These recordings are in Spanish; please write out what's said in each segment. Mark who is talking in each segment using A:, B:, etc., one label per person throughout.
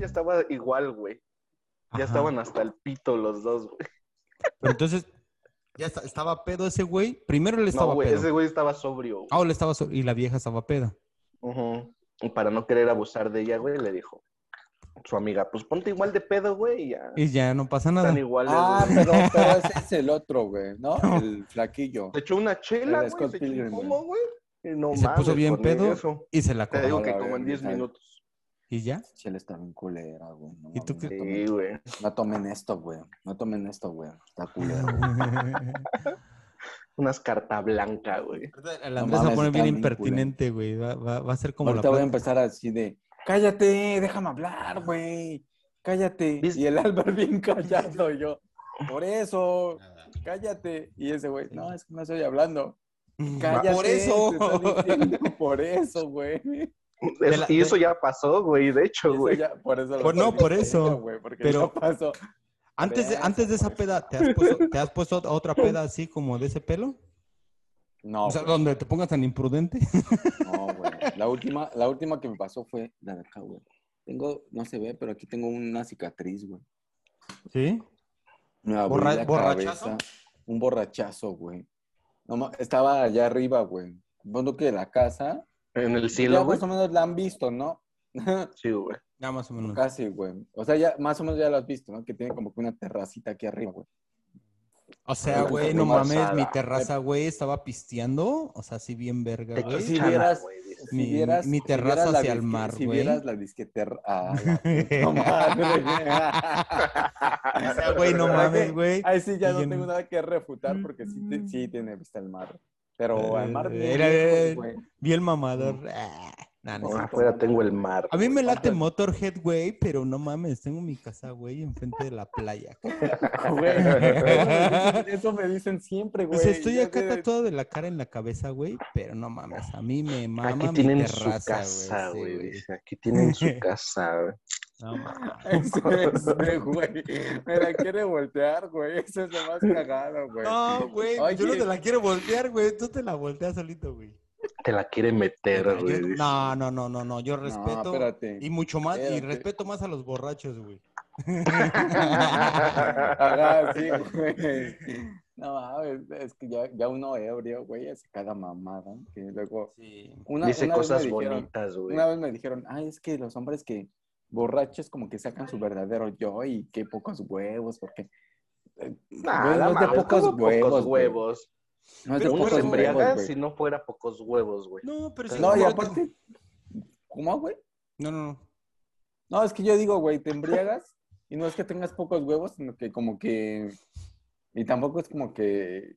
A: estaba igual, güey. Ya
B: Ajá.
A: estaban hasta el pito los dos, güey.
B: Pero entonces, ya está- estaba pedo ese güey. Primero él estaba
A: No, güey,
B: pedo.
A: ese güey estaba sobrio. güey.
B: Ah, él estaba so- y la vieja estaba peda.
A: Ujú. Y para no querer abusar de ella, güey, le dijo su amiga, pues ponte igual de pedo, güey, y ya.
B: Y ya no pasa nada.
A: Están iguales.
C: Ah,
A: güey.
C: pero, pero ese es el otro, güey, ¿no? El flaquillo.
A: Se echó una
C: Era
A: chela, güey,
C: Scott
A: se echó
C: Pilgrim,
A: un pomo, güey. Y no
B: Y se puso
A: mames,
B: bien
A: con
B: pedo.
A: eso.
B: Y se la
A: Te
C: Como
A: digo
B: comió.
C: la
A: que como en
C: verga,
A: 10
C: tal.
A: minutos.
B: Y ya.
C: Chile está bien culera, güey. No,
B: ¿Y tú
C: mames,
B: qué?
C: no tomen-
A: Sí, güey.
C: No tomen esto, güey. No tomen esto, güey. Está culero.
A: Unas carta blanca, güey.
B: La
C: No
B: Andrés se
C: mames,
B: pone
C: está
B: bien
C: bien
B: impertinente, güey. Va, va- va a ser como
C: Ahorita
B: la
C: voy a em-
B: plática.
C: empezar así de, cállate, déjame hablar, güey, cállate.
A: ¿Viste?
C: Y el Álvaro bien callado, y yo, por eso,
A: Ah.
C: cállate. Y ese güey, no, es que no estoy hablando. Cállate,
B: Mm, Por
C: te estoy
B: eso.
C: diciendo, por eso, güey.
A: Es-
B: la-
A: y
B: de-
A: eso ya pasó, güey, de hecho,
C: Eso
A: güey.
C: ya- Por eso. lo
B: Pues no,
C: estoy
B: por
C: diciendo,
B: eso,
C: güey, porque
B: pero-
C: ya pasó.
B: Antes de,
C: Verga,
B: antes de esa
C: güey.
B: peda, ¿te has, puesto, ¿te has puesto otra peda así como de ese pelo?
C: No,
B: o sea,
C: güey,
B: donde te pongas tan imprudente.
C: no, güey. La última, la última que me pasó fue la de acá, güey. Tengo, no se ve, pero aquí tengo una cicatriz, güey.
B: ¿Sí?
C: Me abrí
B: Borra-
C: la
B: ¿borrachazo?
C: cabeza. Un borrachazo, güey. No ma- estaba allá arriba, güey. Supongo que la casa.
A: En el
C: ya
A: cielo, güey.
C: más o menos la han visto, ¿no?
A: Sí, güey.
B: Ya más o menos.
C: Casi, güey. O sea, ya más o menos ya la has visto, ¿no? Que tiene como que una terracita aquí arriba, güey.
B: O sea,
A: Nunca
B: güey,
A: fui
B: no mames,
A: embarazada.
B: mi terraza, güey, estaba pisteando. O sea, así bien verga,
A: Te
B: güey.
C: si
A: Chana,
C: vieras,
A: güey, dice.
C: si
B: Mi-
C: vieras,
B: mi
C: si
B: terraza
C: vieras la
B: hacia el
C: disque-
B: mar,
C: si
B: güey.
C: vieras la disqueterra. Ah, la puta madre,
A: Ah,
C: güey.
B: O sea, Ah, güey, no mames, güey.
C: Ahí sí
B: Y
C: ya no
B: en- Mm.
C: tengo nada que refutar porque sí, te- sí tiene vista al mar. Pero al mar, bien
B: Eh, Era-
C: lejos, güey.
B: Vi el mamador. Ah, nah, no
A: Por
B: es cierto.
A: afuera tengo el mar.
B: A mí me late
C: ¿Cuántas-
B: Motorhead, güey, pero no mames, tengo mi casa, güey, enfrente de la playa. cabrón.
C: Güey, eso me dicen- eso me dicen siempre,
B: O
C: güey.
B: sea, estoy
C: Yo
B: acá
C: así de-
B: tatuado de la cara en la cabeza, güey, pero no mames, a mí me mama
A: Aquí
B: mi
A: tienen
B: terraza,
A: su casa,
B: sí,
A: güey. dice, Aquí tienen su casa, güey.
B: No mames.
C: Ese es, güey. Me la quiere voltear, güey. Eso es lo más cagado, güey.
B: No, güey, yo no
C: Oye.
B: te la quiero voltear, güey, tú te la volteas solito, güey.
A: Te la quiere meter,
B: Mira, yo-
A: güey. dice.
B: No, no, no, no, no, yo
C: No,
B: respeto
C: espérate.
B: y mucho más, y
C: Espérate.
B: respeto más a los borrachos, güey.
C: Ajá, Ah, sí, güey. No, mames, es que ya, ya uno ebrio, güey, hace cada mamada. Que luego.
B: Sí.
C: Una,
A: Dice
C: una vez me
A: cosas
C: dijeron-
A: bonitas, güey.
C: Una vez me dijeron, ay, es que los hombres que borrachos como que sacan su verdadero yo y qué pocos huevos, porque
A: Nah,
C: Güey,
A: la
C: no es de
A: mames,
C: pocos
A: ¿cómo
C: huevos,
A: Pocos
C: güey?
A: huevos.
C: no es de
A: Pero uno
C: pocos
A: se
B: huevos,
A: embriaga
C: huevos,
A: si
C: güey.
A: no fuera pocos huevos, güey.
B: No, pero sí.
C: No, y
B: como-
C: aparte, ¿cómo, güey?
B: No, no, no.
C: No, es que yo digo, güey, te embriagas y no es que tengas pocos huevos, sino que como que... Y tampoco es como que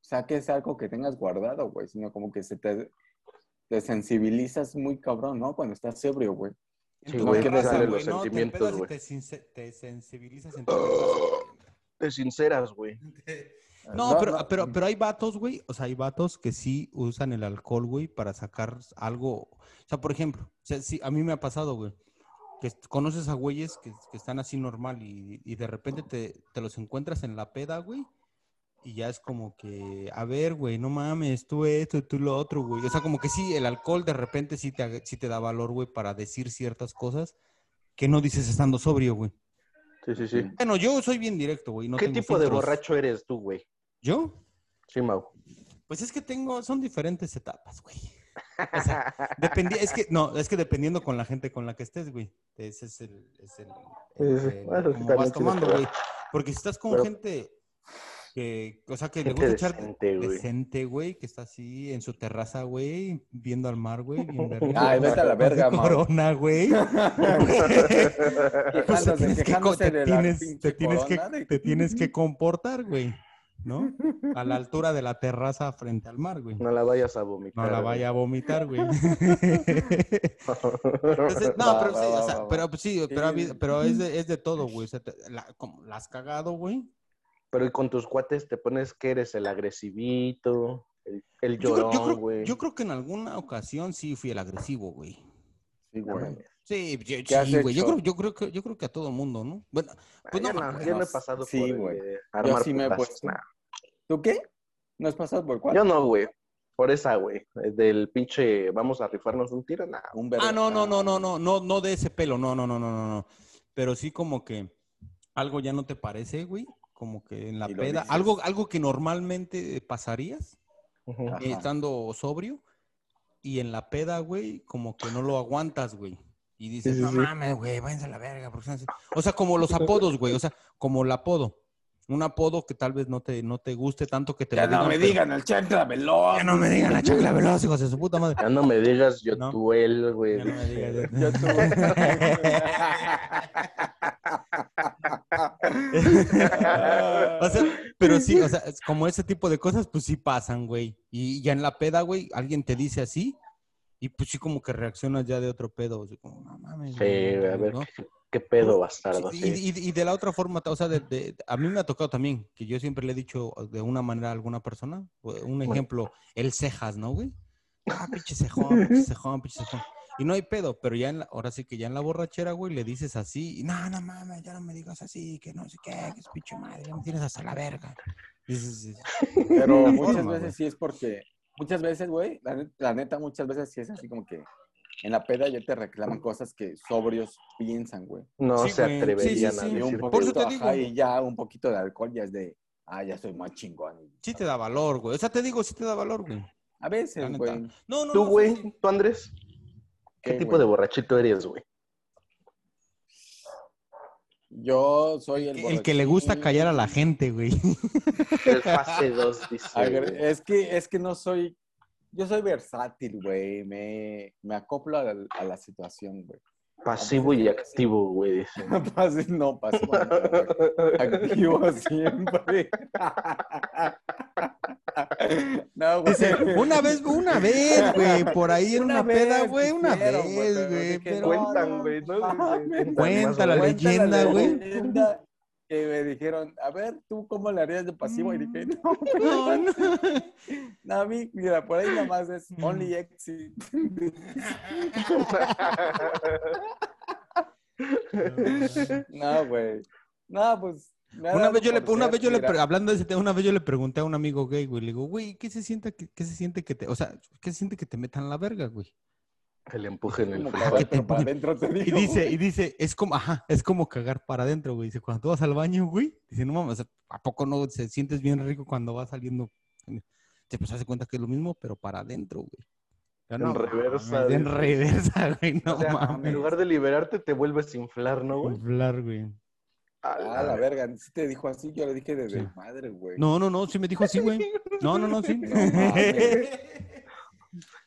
C: saques algo que tengas guardado, güey, sino como que se te, te sensibilizas muy cabrón, ¿no? Cuando estás ebrio, güey.
B: En
A: Sí,
B: tu
C: güey,
B: terraza,
C: sale
B: güey,
A: los
B: no, te
A: sentimientos,
B: empedas y
A: güey.
B: te, sinse- te sensibilizas en tu terraza,
A: Te sinceras, güey.
B: güey. No, pero, pero, pero hay vatos, güey. O sea, hay vatos que sí usan el alcohol, güey, para sacar algo. O sea, por ejemplo, o sea, sí, a mí me ha pasado, güey. Que est- conoces a güeyes que, que están así normal y, y de repente te, te los encuentras en la peda, güey. Y ya es como que, a ver, güey, no mames, tú esto, tú lo otro, güey. O sea, como que sí, el alcohol de repente sí te, ag- sí te da valor, güey, para decir ciertas cosas que no dices estando sobrio, güey.
A: Sí, sí, sí.
B: Bueno, yo soy bien directo, güey. no
A: ¿Qué
B: tengo
A: tipo de
B: filtros.
A: borracho eres tú, güey?
B: ¿Yo?
A: Sí, Mau.
B: Pues es que tengo, son diferentes etapas, güey. O sea, dependi- es que, no, es que dependiendo con la gente con la que estés, güey. Ese es el, es el, el-
A: Sí, sí.
B: el-
A: Bueno, sí,
B: cómo
A: también
B: vas
A: tienes que
B: tomando,
A: ver.
B: güey. Porque si estás con
A: Pero-
B: gente que, o sea, que le
A: Gente
B: gusta echar
A: decente, güey.
B: decente, güey, que está así en su terraza, güey, viendo al mar, güey, bien verga.
C: Ay, vete a la
B: Con tu
C: verga, Mau.
B: Corona, güey. Pues te
C: Quejándose-
B: tienes que, co-
C: quejándose
B: te
C: de la
B: tienes-
C: pinche
B: te tienes que-
C: corona de-
B: te tienes que comportar, güey, ¿no? A la altura de la terraza frente al mar, güey.
A: No la vayas a vomitar.
B: No la
A: güey.
B: vaya a vomitar, güey. Entonces, no,
C: Va,
B: pero
C: va,
B: sí,
C: va,
B: o sea,
C: va, va.
B: pero pues sí, pero, ha habido-
C: Sí.
B: pero es, de, es de todo, güey. O sea, te- la, como, la has cagado, güey.
A: Pero y con tus cuates te pones que eres el agresivito, el, el
B: Yo, creo- yo
A: llorón,
B: creo,
A: güey.
B: yo creo que en alguna ocasión sí fui el agresivo, güey.
C: Sí,
A: No
C: güey.
A: mames.
B: Sí, yo,
C: ¿Qué has
B: sí, güey. Yo
C: hecho?
B: creo, yo, creo que, yo creo que a todo mundo, ¿no? Bueno, pues
A: Ah,
B: no,
A: ya no,
B: mames,
A: yo
B: no.
A: no he pasado
C: sí,
A: por el
C: güey.
A: de armar
C: sí me he
A: putazos,
C: puesto.
A: nah.
C: ¿Tú qué? ¿No has pasado por cuál?
A: Yo no, güey. Por esa, güey. Del pinche, vamos a rifarnos un tiro. Nah.
C: Un verga.
B: Ah, no, no, no, no, no, no, no de ese pelo, no, no, no, no, no, no. Pero sí como que algo ya no te parece, güey. Como que en la
C: Y lo
B: peda,
C: dices.
B: algo, algo que normalmente pasarías,
A: Ujú.
C: Ajá.
B: eh, estando sobrio, y en la peda, güey, como que no lo aguantas, güey. Y dices,
A: Sí, sí,
B: no
A: sí.
B: mames, güey, váyanse a la verga. porque son así". O sea, como los apodos, güey, o sea, como el apodo. Un apodo que tal vez no te, no te guste tanto que te
C: Ya
B: lo
C: no me
B: pero-
C: digan el chancla veloz.
B: Ya no me digan la chancla veloz, hijos de su puta madre.
A: Ya no me digas yo
B: No.
A: duel, güey.
B: Ya no me digas.
C: Yo
B: O sea, pero sí, o sea, es como ese tipo de cosas, pues sí pasan, güey. Y ya en la peda, güey, alguien te dice así, y pues sí como que reaccionas ya de otro pedo. así como, no mames,
A: Sí,
B: güey,
A: güey, a ver,
B: ¿no?
A: ¿qué, qué pedo, bastardo?
B: Sí,
A: Sí.
B: y, y- y de la otra forma, o sea, de- de- a mí me ha tocado también, que yo siempre le he dicho de una manera a alguna persona, un ejemplo, el cejas, ¿no, güey? Ah, pinche cejón, pinche cejón, pinche cejón. Y no hay pedo, pero ya en la- ahora sí que ya en la borrachera, güey, le dices así, y no, no mames, ya no me digas así, que no sé qué, que es pinche madre, ya me tienes hasta la verga. Dices, dices,
C: Pero
B: Una
C: muchas
B: forma, güey.
C: veces sí es porque, muchas veces, güey, la, net- la neta, muchas veces sí es así como que en la peda ya te reclaman cosas que sobrios piensan, güey.
A: No
B: Sí,
A: se
B: güey. Sí,
A: atreverían
B: sí,
A: a
B: sí.
C: Y
A: decir.
C: un
A: que-
C: poquito,
B: Por eso te
C: ajá,
B: digo.
C: y ya un poquito de alcohol ya es de, ah, ya soy más chingón.
B: sí te da valor, güey. O sea, te digo, sí te da valor, güey.
C: A
B: La
C: veces,
B: neta.
C: güey.
B: No, no,
A: Tú,
B: no, sí, sí.
A: güey, tú, Andrés, ¿qué
C: ¿Qué,
A: tipo
C: güey?
A: de borrachito eres, güey?
C: Yo soy el
B: El que le gusta
C: borrachín.
B: callar a la gente, güey.
A: El fase 2, dice.
C: Agre-
A: güey.
C: Es que, es que no soy. Yo soy versátil, güey. Me, me acoplo a la, a la situación, güey.
A: Pasivo y activo, güey, dice.
C: Pas- No, pasivo. no, güey. Activo siempre. No, güey.
B: Dice, una vez, una vez, güey, por ahí en una,
C: Una
B: peda,
C: vez,
B: güey, una
C: quisieron, güey,
B: vez,
C: pero
B: güey,
C: de que
B: pero...
A: Cuentan, güey, ¿no?
C: Mames.
B: Cuenta la
A: Más o menos.
C: Cuenta
B: leyenda, güey.
C: leyenda Que me dijeron, a ver, ¿tú cómo le harías de pasivo? Y dije, no, güey,
B: Mm. No, no.
C: no, a mí, mira, por ahí nada más es
B: Mm.
C: only exit. No, güey. No, pues. me ha
B: Una
C: dado
B: vez yo le,
C: por
B: una vez yo le,
C: ser,
B: pre-
C: mira,
B: hablando de ese tema, una vez yo le pregunté a un amigo gay, güey, le digo, güey, ¿qué se siente que, qué se siente que te, o sea, qué se siente que te metan la verga, güey?
A: Que le empujen el
C: como
A: frijol.
C: cagar, pero
B: te-
C: para adentro te
B: Ah, Y
C: digo,
B: dice,
C: güey.
B: y dice, es como, ajá, es como cagar para adentro, güey. Dice, cuando tú vas al baño, güey, dice, no mames, ¿a poco no se sientes bien rico cuando vas saliendo? Te pues hace cuenta que es lo mismo, pero para adentro, güey. Ya
A: En
B: no
A: reversa,
B: mames, en
A: dice.
B: reversa, güey, no
A: O sea,
B: mames.
A: en lugar de liberarte, te vuelves a inflar, ¿no, güey?
B: Inflar, güey.
A: A
C: Ah, la verga, si te dijo así, yo le dije de
B: Sí.
C: desmadre, güey.
B: No, no, no, sí me dijo así, güey. No, no, no, sí.
C: No mames.
A: Es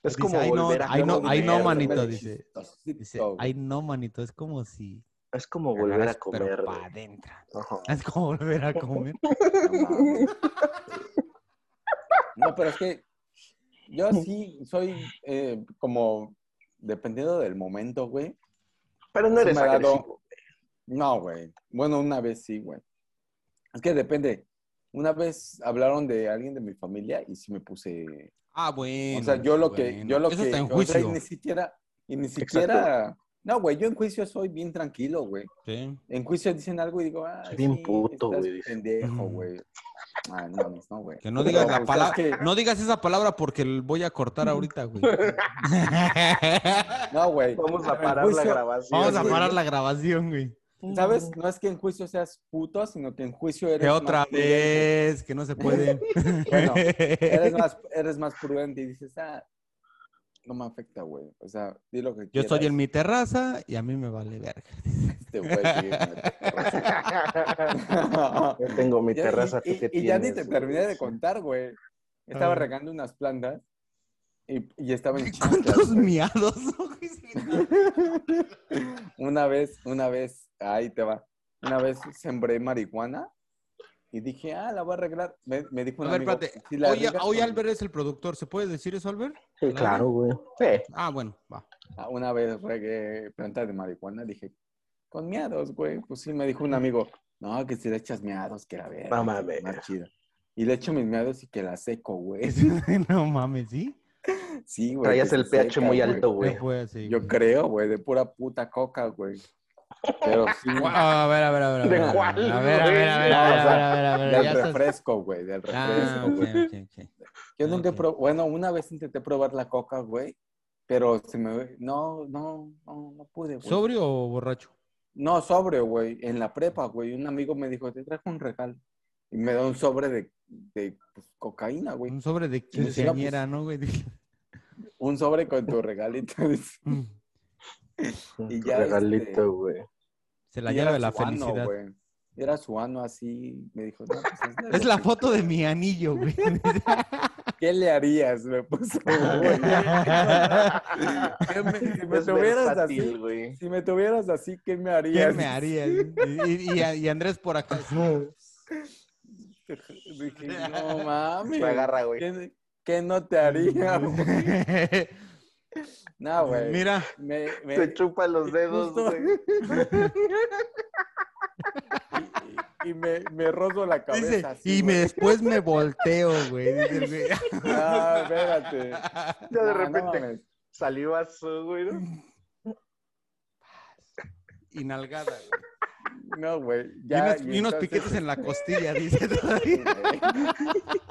B: Dice,
A: como
B: "Ay, no,
A: volver a
B: ay, no,
A: comer,
B: ay, no,
A: güey.
B: manito,
C: Verga,
B: dice.
C: chistosito,
B: Dice,
C: güey.
B: ay, no, manito, es como si.
A: Es como volver a
B: cagaras,
A: comer.
B: Pero
A: güey.
B: para adentro.
A: Ajá.
B: Es como volver a comer.
C: No, mames. No, pero es que yo sí soy eh, como dependiendo del momento, güey.
A: Pero no
C: Sí
A: eres
C: me ha dado-
A: agresivo.
C: No, güey. Bueno, una vez sí, güey. Es que depende. Una vez hablaron de alguien de mi familia y sí me puse.
B: Ah, bueno.
C: o sea, yo lo que,
B: bueno.
C: yo lo
B: Eso
C: que.
B: está en
C: o sea, y
B: juicio.
C: ni siquiera, y ni siquiera. No, güey, yo en juicio soy bien tranquilo, güey.
B: Sí.
C: En juicio dicen algo y digo, ah,
A: Soy bien puto,
C: estás
A: güey, dice.
C: Pendejo,
B: Ujú.
C: güey. Ah, no, mames, no, güey.
B: Que no digas
C: Pero,
B: la
C: pues,
B: palabra.
C: es que-
B: No digas esa palabra porque l- voy a cortar ahorita, güey.
C: No, güey.
A: Vamos a
C: En
A: parar la
C: juicio-
A: grabación.
B: Pues, Vamos a
A: güey.
B: parar la grabación, güey.
C: ¿Sabes? No es que en juicio seas puto, sino que en juicio eres.
B: Que otra
C: más prudente.
B: vez, que no se puede.
C: Bueno, eres más, eres más prudente y dices, ah, no me afecta, güey. O sea, di lo que
B: Yo
C: quieras.
B: estoy en mi terraza y a mí me vale verga.
C: Este güey sigue con el-
A: Yo tengo mi
C: Ya-
A: terraza,
C: y,
A: ¿tú qué
C: y- y ya ni
A: tienes,
C: te
A: güey?
C: terminé de contar, güey. Estaba
B: Ah.
C: regando unas plantas y, y estaba en chanclas,
B: ¿Cuántos
C: güey.
B: miados?
C: Una vez, una vez, ahí te va. Una vez sembré marihuana y dije, ah, la voy a arreglar. Me, me dijo un
B: A ver,
C: amigo,
B: espérate.
C: "Si la
B: Hoy,
C: riegas
B: hoy
C: con-
B: Albert es el productor. ¿Se puede decir eso, Albert?
A: Sí, claro, güey. Sí.
B: Ah, bueno, va.
C: Ah, Una vez regué plantas de marihuana, dije, con miados, güey. Pues sí, me dijo un amigo, no, que si le echas miados, que la verga.
A: No
C: que
A: mames.
C: Más chido. Y le echo mis miados y que la seco, güey.
B: no mames, ¿sí?
C: Sí, güey.
A: Traías
C: que
A: el
C: se
A: pH
C: seca,
A: muy
C: güey.
A: alto,
B: ¿Qué
A: güey.
B: fue así?
C: Yo
B: güey?
C: creo, güey, de pura puta coca, güey. Pero sí.
B: Guau, A ver, a ver, a ver. a
A: ¿De
B: ver, a
A: cuál,
B: ver, A ver, a ver, a ver,
A: güey?
B: a ver,
C: No, o sea,
B: a ver, a ver, a ver, ya
C: Del
B: estás-
C: refresco, güey, del refresco.
B: Ah,
C: güey.
B: ok, ok, ok.
C: Yo nunca
B: Ah,
C: he
B: ok.
C: probado, bueno, una vez intenté probar la coca, güey, pero se me, no, no, no, no pude, güey.
B: ¿Sobrio o borracho?
C: No, sobre, güey, en la prepa, güey, un amigo me dijo, te trajo un regalo. Y me da un sobre de, de, pues, cocaína, güey.
B: Un sobre de
C: Sí, sí, no, pues.
B: quinceañera, ¿no, güey?
C: Un sobre con tu regalito. Y
A: Tu
C: ya,
A: Regalito,
C: este,
A: güey.
B: Se la
C: Y
B: lleva
C: era
B: de la
C: su ano,
B: felicidad.
C: güey. Y Era su ano así, me dijo, no, pues, hazle
B: Es
C: lo
B: la
C: que-
B: foto de mi anillo, güey.
C: ¿Qué le harías? Me puso,
B: Ah,
C: güey. ¿Qué me- si me
A: Es
C: tuvieras
A: versátil,
C: así,
A: güey.
C: si me tuvieras así, ¿qué me
B: ¿Qué
C: harías?
B: me haría? ¿eh? Y, y- y- y Andrés por acá.
C: Dije, no mames.
A: Me agarra, güey.
C: ¿Qué, qué no te haría, güey? No, güey.
B: Mira,
C: Me, me-
A: Se chupa los dedos,
C: Justo.
A: güey.
C: y, y me, me rozo la cabeza.
B: dice,
C: así,
B: y me,
C: güey.
B: después me volteo, güey. Dice el güey.
C: No, espérate.
A: Ya de
C: No, no
A: repente
C: mames.
A: salió azul, güey. ¿no?
B: Y nalgada, güey.
C: No, güey.
B: Y
C: ya,
B: unos- y, unos, piquetes en la costilla, dice todavía.
C: entonces-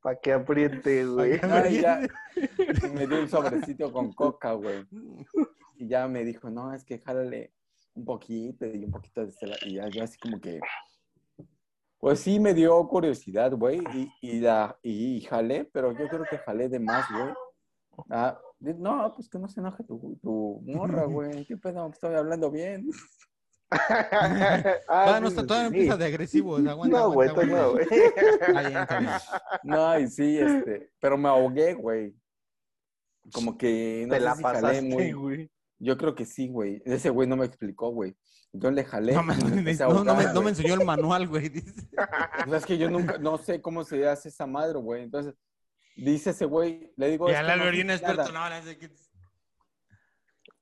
A: Pa' que apriete, güey.
B: Acá
C: No,
B: me
C: y ya me dio un sobrecito con coca, güey. Y ya me dijo, no, es que jálale un poquito y un poquito de cela. Y ya yo así como que... Pues sí, me dio curiosidad, güey. Y, y, la- y jalé, pero yo creo que jalé de más, güey. Ah, di- no, pues que no se enoje tu, tu morra, güey. ¿Qué pedo? Estoy hablando bien.
A: ah,
B: Ah, no, está, todavía no
A: sí.
B: empieza de agresivo. o sea, aguanta,
A: No, güey,
B: aguanta,
A: todavía no,
B: aguanta.
A: güey.
B: Está bien, está bien.
C: No, y sí, este... Pero me ahogué, güey. Como que... No
A: Te
C: sé
A: la
C: si jalé
A: pasaste,
C: muy-
A: güey.
C: Yo creo que sí, güey. Ese güey no me explicó, güey. Yo le jalé.
B: No,
C: y
B: me,
C: me empecé a
B: no, no me-
C: ahogar,
B: no me
C: güey.
B: enseñó el manual, güey. dice.
C: O sea, es que yo nunca, no sé cómo se hace esa madre, güey. Entonces, dice ese güey, le digo.
B: Y
C: es
B: al
C: que no
B: alberino
C: sentí nada.
B: experto, no, le hace que-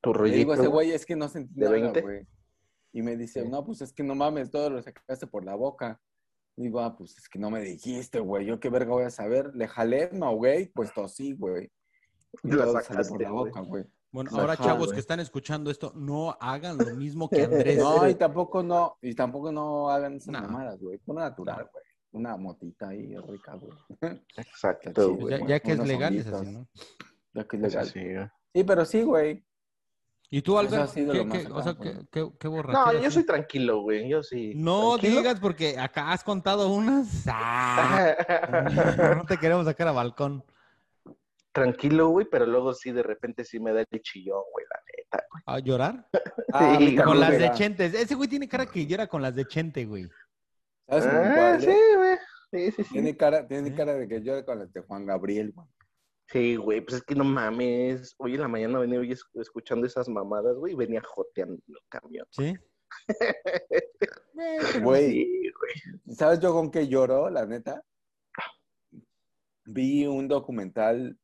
A: Tu
C: Le digo a ese
A: rollito.
C: güey, es que no sentí
A: ¿De
C: nada,
A: 20?
C: güey. Y me dice,
A: Sí.
C: no, pues es que no mames, todo lo sacaste por la boca. Digo, ah, pues es que no me dijiste, güey. Yo qué verga voy a saber. Le jalé, me ahogué y pues tosí, güey. Y
A: La
C: todo salió por
A: sacaste,
C: la
A: güey.
C: boca, güey.
B: Bueno,
C: Ajá,
B: ahora, chavos
A: güey.
B: que están escuchando esto, no hagan lo mismo que Andrés.
C: No, y tampoco no, y tampoco no hagan esas
B: No.
C: mamadas, güey. Puro natural, güey. Una motita ahí rica, güey. Está
A: Exacto,
C: chido.
B: Pues
A: güey.
B: ya, ya que es
C: unos
B: legal, es
C: honguitos.
B: así, ¿no?
C: Ya que es
A: Eso
C: legal.
A: sí, güey.
C: Sí, pero sí, güey.
B: ¿Y tú,
C: Eso
B: Albert?
C: ha sido
B: ¿Qué-
C: lo más
B: qué-
C: acá,
B: o sea,
C: güey.
B: ¿qué, qué, qué borrachera
A: No, yo
B: así?
A: soy tranquilo, güey. Yo sí.
B: No
A: ¿Tranquilo?
B: digas porque acá has contado unas. Ah, no te queremos sacar a balcón.
A: tranquilo, güey, pero luego sí, de repente sí me da el chillón, güey, la neta.
B: ¿A llorar?
C: Ah, a mí
A: Sí,
C: también
B: Con las
C: me
B: de
C: da.
B: Chentes. Ese güey tiene cara que llora con las de Chente, güey.
C: ¿Sabes con
A: Ah,
C: cuál,
A: sí,
C: eh?
A: güey. Sí, sí, sí.
C: Tiene cara, tiene
B: Sí.
C: cara de que llora con las de Juan Gabriel, güey.
A: Sí, güey, pues es que no mames. Hoy en la mañana venía hoy es- escuchando esas mamadas, güey, y venía joteando en el camión.
B: ¿Sí? Eh,
C: Güey,
A: Sí, güey.
C: ¿sabes yo con qué lloro, la neta? Vi un documental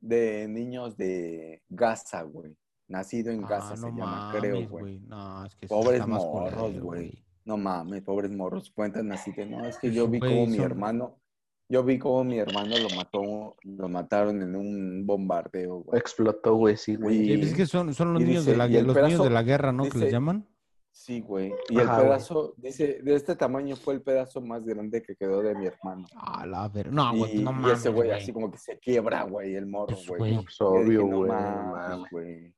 C: de niños de Gaza, güey. Nacido en Gaza
B: Ah,
C: se
B: no
C: llama,
B: mames,
C: creo, güey.
B: güey. No, es que sí
C: Pobres
B: está más
C: morros,
B: culero,
C: güey. No mames, pobres morros, cuentan así que no, es que yo vi
B: Güey,
C: como mi
B: son-
C: hermano, yo vi como mi hermano lo mató, lo mataron en un bombardeo, güey.
A: Explotó, güey, sí, pues güey.
C: Y-
B: Y es que son, son los,
C: y
B: niños, de
C: dice,
B: la,
C: y el
B: los niños
C: pedazo
B: de la guerra, ¿no? que les
C: dice-
B: llaman.
C: Sí, güey. Y el
A: Ajá, güey.
C: pedazo, dice, de este tamaño fue el pedazo más grande que quedó de mi hermano.
B: A Ah, la ver. No, güey,
C: y,
B: no
C: y
B: mames.
C: ese güey
B: güey.
C: así como que se quiebra, güey, el morro,
B: Pues,
C: güey.
B: güey.
A: Pues
C: Yo dije,
A: obvio,
C: "No
A: güey. no
C: mames,
A: mames.
C: güey".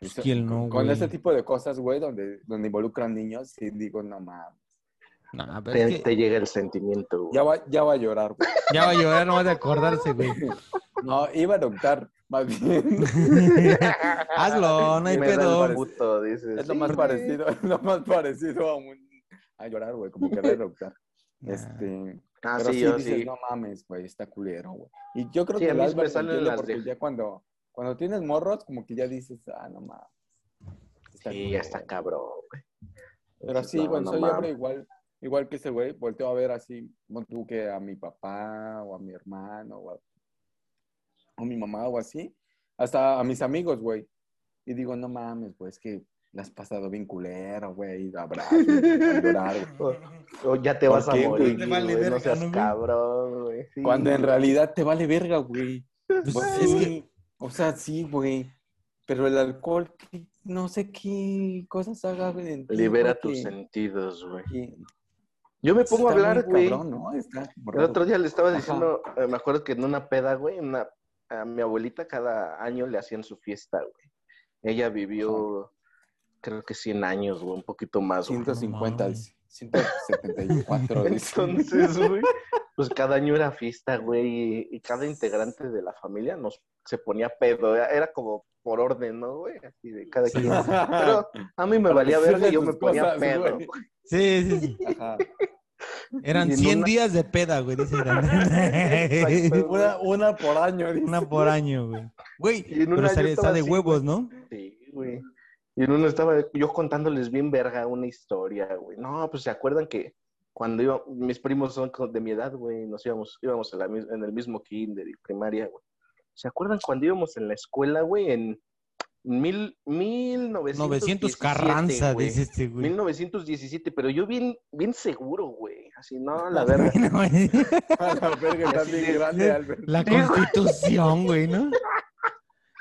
B: Pues,
C: Eso-
B: ¿quién no,
C: Con
B: güey?
C: ese tipo de cosas, güey, donde, donde involucran niños, sí digo, no mames.
B: No, pero
A: Te,
B: es que
A: te llega el sentimiento, güey.
C: Ya va, ya va a llorar, güey.
B: ya va a llorar nomás de acordarse, güey.
C: No, iba a adoptar, más bien.
B: Hazlo, no hay
A: Me da el
B: pedo.
C: pare-
A: puto, dices.
C: Es lo
A: sí,
C: más
A: güey.
C: parecido, es lo más parecido a un a llorar, güey, como que adoptar.
B: Nah.
C: Este,
A: Ah,
C: pero
A: sí,
C: sí,
A: yo
C: dices,
A: sí.
C: no mames, güey, está culero, güey. Y yo creo
A: Sí,
C: que
A: a
C: el
A: mí me
C: Álvaro
A: salen
C: entiende
A: las
C: porque
A: de-
C: ya cuando cuando tienes morros como que ya dices, ah, no mames. está
A: Sí,
C: culero,
A: ya está
C: güey".
A: cabrón, güey.
C: Pero sí,
A: No,
C: güey,
A: no
C: soy
A: mames.
C: hombre igual igual que ese güey, volteo a ver así, pon tú que a mi papá o a mi hermano o a, o mi mamá o así, hasta a mis amigos, güey. Y digo, no mames, güey, es que la has pasado bien culero, güey, y abrazo, y llorar, güey.
A: O ya te
C: ¿Por
A: vas a
C: qué,
A: morir,
C: güey?
B: Te
A: Oh, güey.
B: vale
A: no
B: verga,
A: seas
B: ¿no, güey?
A: cabrón, güey. Sí,
C: Cuando en
A: güey.
C: realidad te vale verga, güey.
B: Pues
C: Pues
B: es
C: sí,
B: que
C: o sea, sí, güey. Pero el alcohol, ¿qué, no sé qué cosas haga en ti,
A: Libera
C: porque-
A: tus sentidos, güey.
C: y-
A: Yo me pongo a
C: está muy
A: hablar, güey.
C: cabrón, ¿no? Está
A: El otro día le estaba
C: Ajá.
A: diciendo, eh, me acuerdo que en una peda, güey, en una- a mi abuelita cada año le hacían su fiesta, güey. Ella vivió, creo que 100 años, güey, un poquito más, güey.
C: 150,
B: No
C: dice. 174, dice.
A: Entonces, güey, pues cada año era fiesta, güey, y, y cada integrante de la familia nos se ponía pedo. Era, era como por orden, ¿no, güey? Así de cada
B: Sí.
A: quien. Pero a mí me valía
C: Para
A: verga y yo
C: decirle
A: me
C: sus
A: ponía
C: cosas,
A: pedo.
C: güey.
A: güey.
B: Sí, sí, sí.
C: Ajá.
B: Eran
A: Y en
B: 100
A: una-
B: días de peda, güey. dice Dan.
A: Exacto.
C: Una, una por año, dice.
B: Una por año, güey. Güey,
A: Y en
B: pero
A: una yo
B: estaría- está
A: estaba
B: de
A: así,
B: huevos, ¿no?
A: Sí, güey. Y en uno estaba yo contándoles bien verga una historia, güey. No, pues se acuerdan que cuando iba, mis primos son co- de mi edad, güey, nos íbamos, íbamos a la mis- en el mismo kinder y primaria, güey. ¿Se acuerdan cuando íbamos en la escuela, güey? En mil,
B: 900
A: 1900
B: Carranza,
A: güey.
B: dice este, güey.
A: 1917, pero yo bien, bien seguro, güey. Así, no, la verga.
C: A la verga, está
A: Así de-
C: bien grande, Albert.
B: La constitución, güey, ¿no?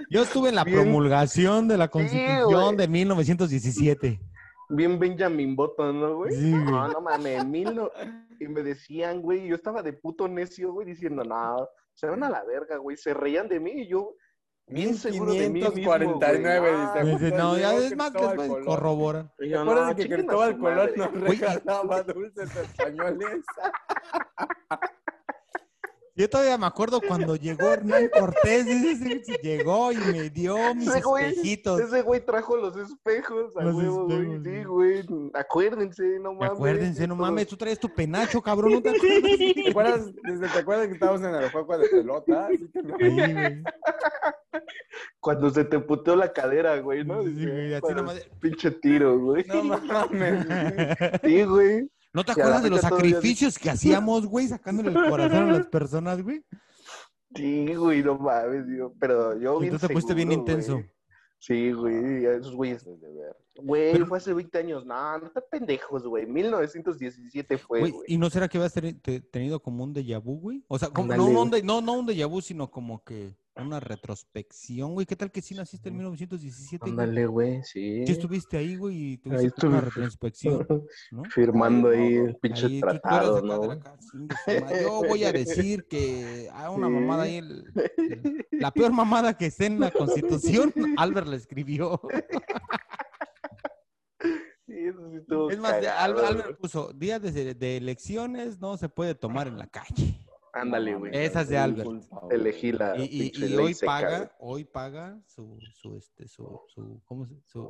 B: Yo estuve en la
A: Bien.
B: promulgación de la
A: güey.
B: constitución de 1917.
A: Bien Benjamin Button, ¿no, güey?
B: Sí, güey.
A: No, no mames, mil no... Y me decían, güey, yo estaba de puto necio, güey, diciendo, no, se van a la verga, güey. Se reían de mí y yo, bien seguro de mí mismo, güey.
C: 1549,
A: Ah,
C: dice,
B: Dice, no, ya
C: Creo
B: es
C: que
B: más que
C: estaba
B: después
C: Colón.
B: corroboran.
A: y yo,
C: Recuerden
A: "No,
C: que
A: chinguen a
C: Cristóbal
A: su
C: Colón
A: madre".
C: nos
B: Güey, y-
C: regalaba dulces españoles.
B: Yo todavía me acuerdo cuando llegó Hernán Cortés, dice, ese güey, llegó y me dio mis
A: Ese güey,
B: espejitos.
A: Ese güey trajo los espejos, a
B: Los
A: huevo, güey.
B: espejos,
A: Sí, güey. Acuérdense, no mames.
B: Acuérdense, no
A: Todo-
B: mames, tú traes tu penacho, cabrón, no te acuerdas.
C: ¿Te acuerdas, desde, ¿Te acuerdas que estábamos en el juego de pelota? Así que no-
B: Ahí, güey.
A: Cuando se te puteó la cadera, güey, ¿no?
B: Sí,
A: Dice,
B: güey, así
A: "Para
B: nomás de-
A: Pinche tiro, güey.
C: No mames. güey.
A: Sí, güey.
B: ¿No te
A: Y a la
B: acuerdas de los
A: fecha todavía dice-
B: sacrificios que hacíamos, güey, sacándole el corazón a las personas, güey?
A: Sí, güey, no mames, digo, pero yo bien
B: Entonces te pusiste bien
A: seguro,
B: intenso.
A: güey. Sí, güey, esos güeyes, güey, fue hace 20 años, no, no están pendejos, güey, 1917 fue,
B: Güey,
A: güey.
B: ¿Y no será que habías teni- te- tenido como un déjà vu, güey? O sea, como- no,
A: Ándale,
B: no, un de- no, no un déjà vu, sino como que una retrospección, güey. ¿Qué tal que sí naciste en 1917? güey?
A: Ándale, güey, sí.
B: Sí estuviste ahí, güey, y
A: Ahí
B: tuviste que hacer una
A: estuve.
B: retrospección, ¿no?
A: Firmando
C: Ay, no,
A: ahí el
C: güey.
A: pinche
B: Ahí tú- tú eras
A: tratado,
B: acá
A: ¿no?
B: de la
A: güey?
B: casa, chingue su madre. Yo voy a decir que a una
A: Sí.
B: mamada ahí, el- el- la peor mamada que esté en la Constitución, Albert la escribió.
A: Sí, eso sí estuvo
B: Es más, de- Al-
A: cagado,
B: Albert
A: güey.
B: puso, días de, de elecciones no se puede tomar en la calle.
A: Ándale, güey.
B: Esa es de Albert.
A: Elegí la
B: Y, y-
A: Ah, pinche
B: y
A: ley
B: hoy
A: seca,
B: paga,
A: güey.
B: hoy paga su, su, este, su, su, ¿cómo se, su,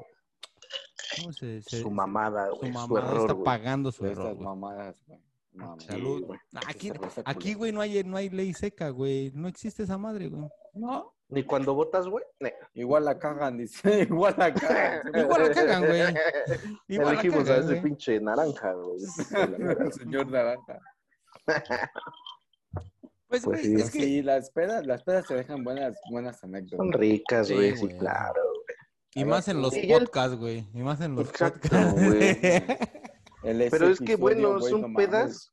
B: cómo se, se-
A: su mamada,
B: su
A: güey, su,
B: mamada
A: error,
B: está
A: güey.
B: pagando su error,
C: Estas
B: güey.
C: mamadas, güey. Mames.
B: Salud.
A: güey.
B: Ah, Aquí,
C: cerveza
B: aquí,
C: culera.
B: güey, no hay, no hay ley seca, güey. No existe esa madre, güey.
C: No,
A: Ni cuando votas, güey, ne.
C: igual la cagan, dice. Igual la cagan.
B: Igual la cagan, güey. Igual la
A: Elegimos a
B: cagan,
A: ese
B: güey.
A: pinche naranja, güey.
C: Señor Naranja.
B: Pues,
A: Pues
B: güey,
A: sí.
B: es que
C: Sí, las pedas, las pedas te dejan buenas, buenas anécdotas.
A: Son ricas,
B: Sí,
A: güey, sí,
B: güey.
A: claro.
B: Y más en los
A: Sí, ya el-
B: podcasts, güey. Y más en los
A: Exacto,
B: podcasts.
A: güey.
C: El ese
A: Pero es que,
C: episodio,
A: bueno,
C: güey,
A: son
C: no mames.
A: pedas.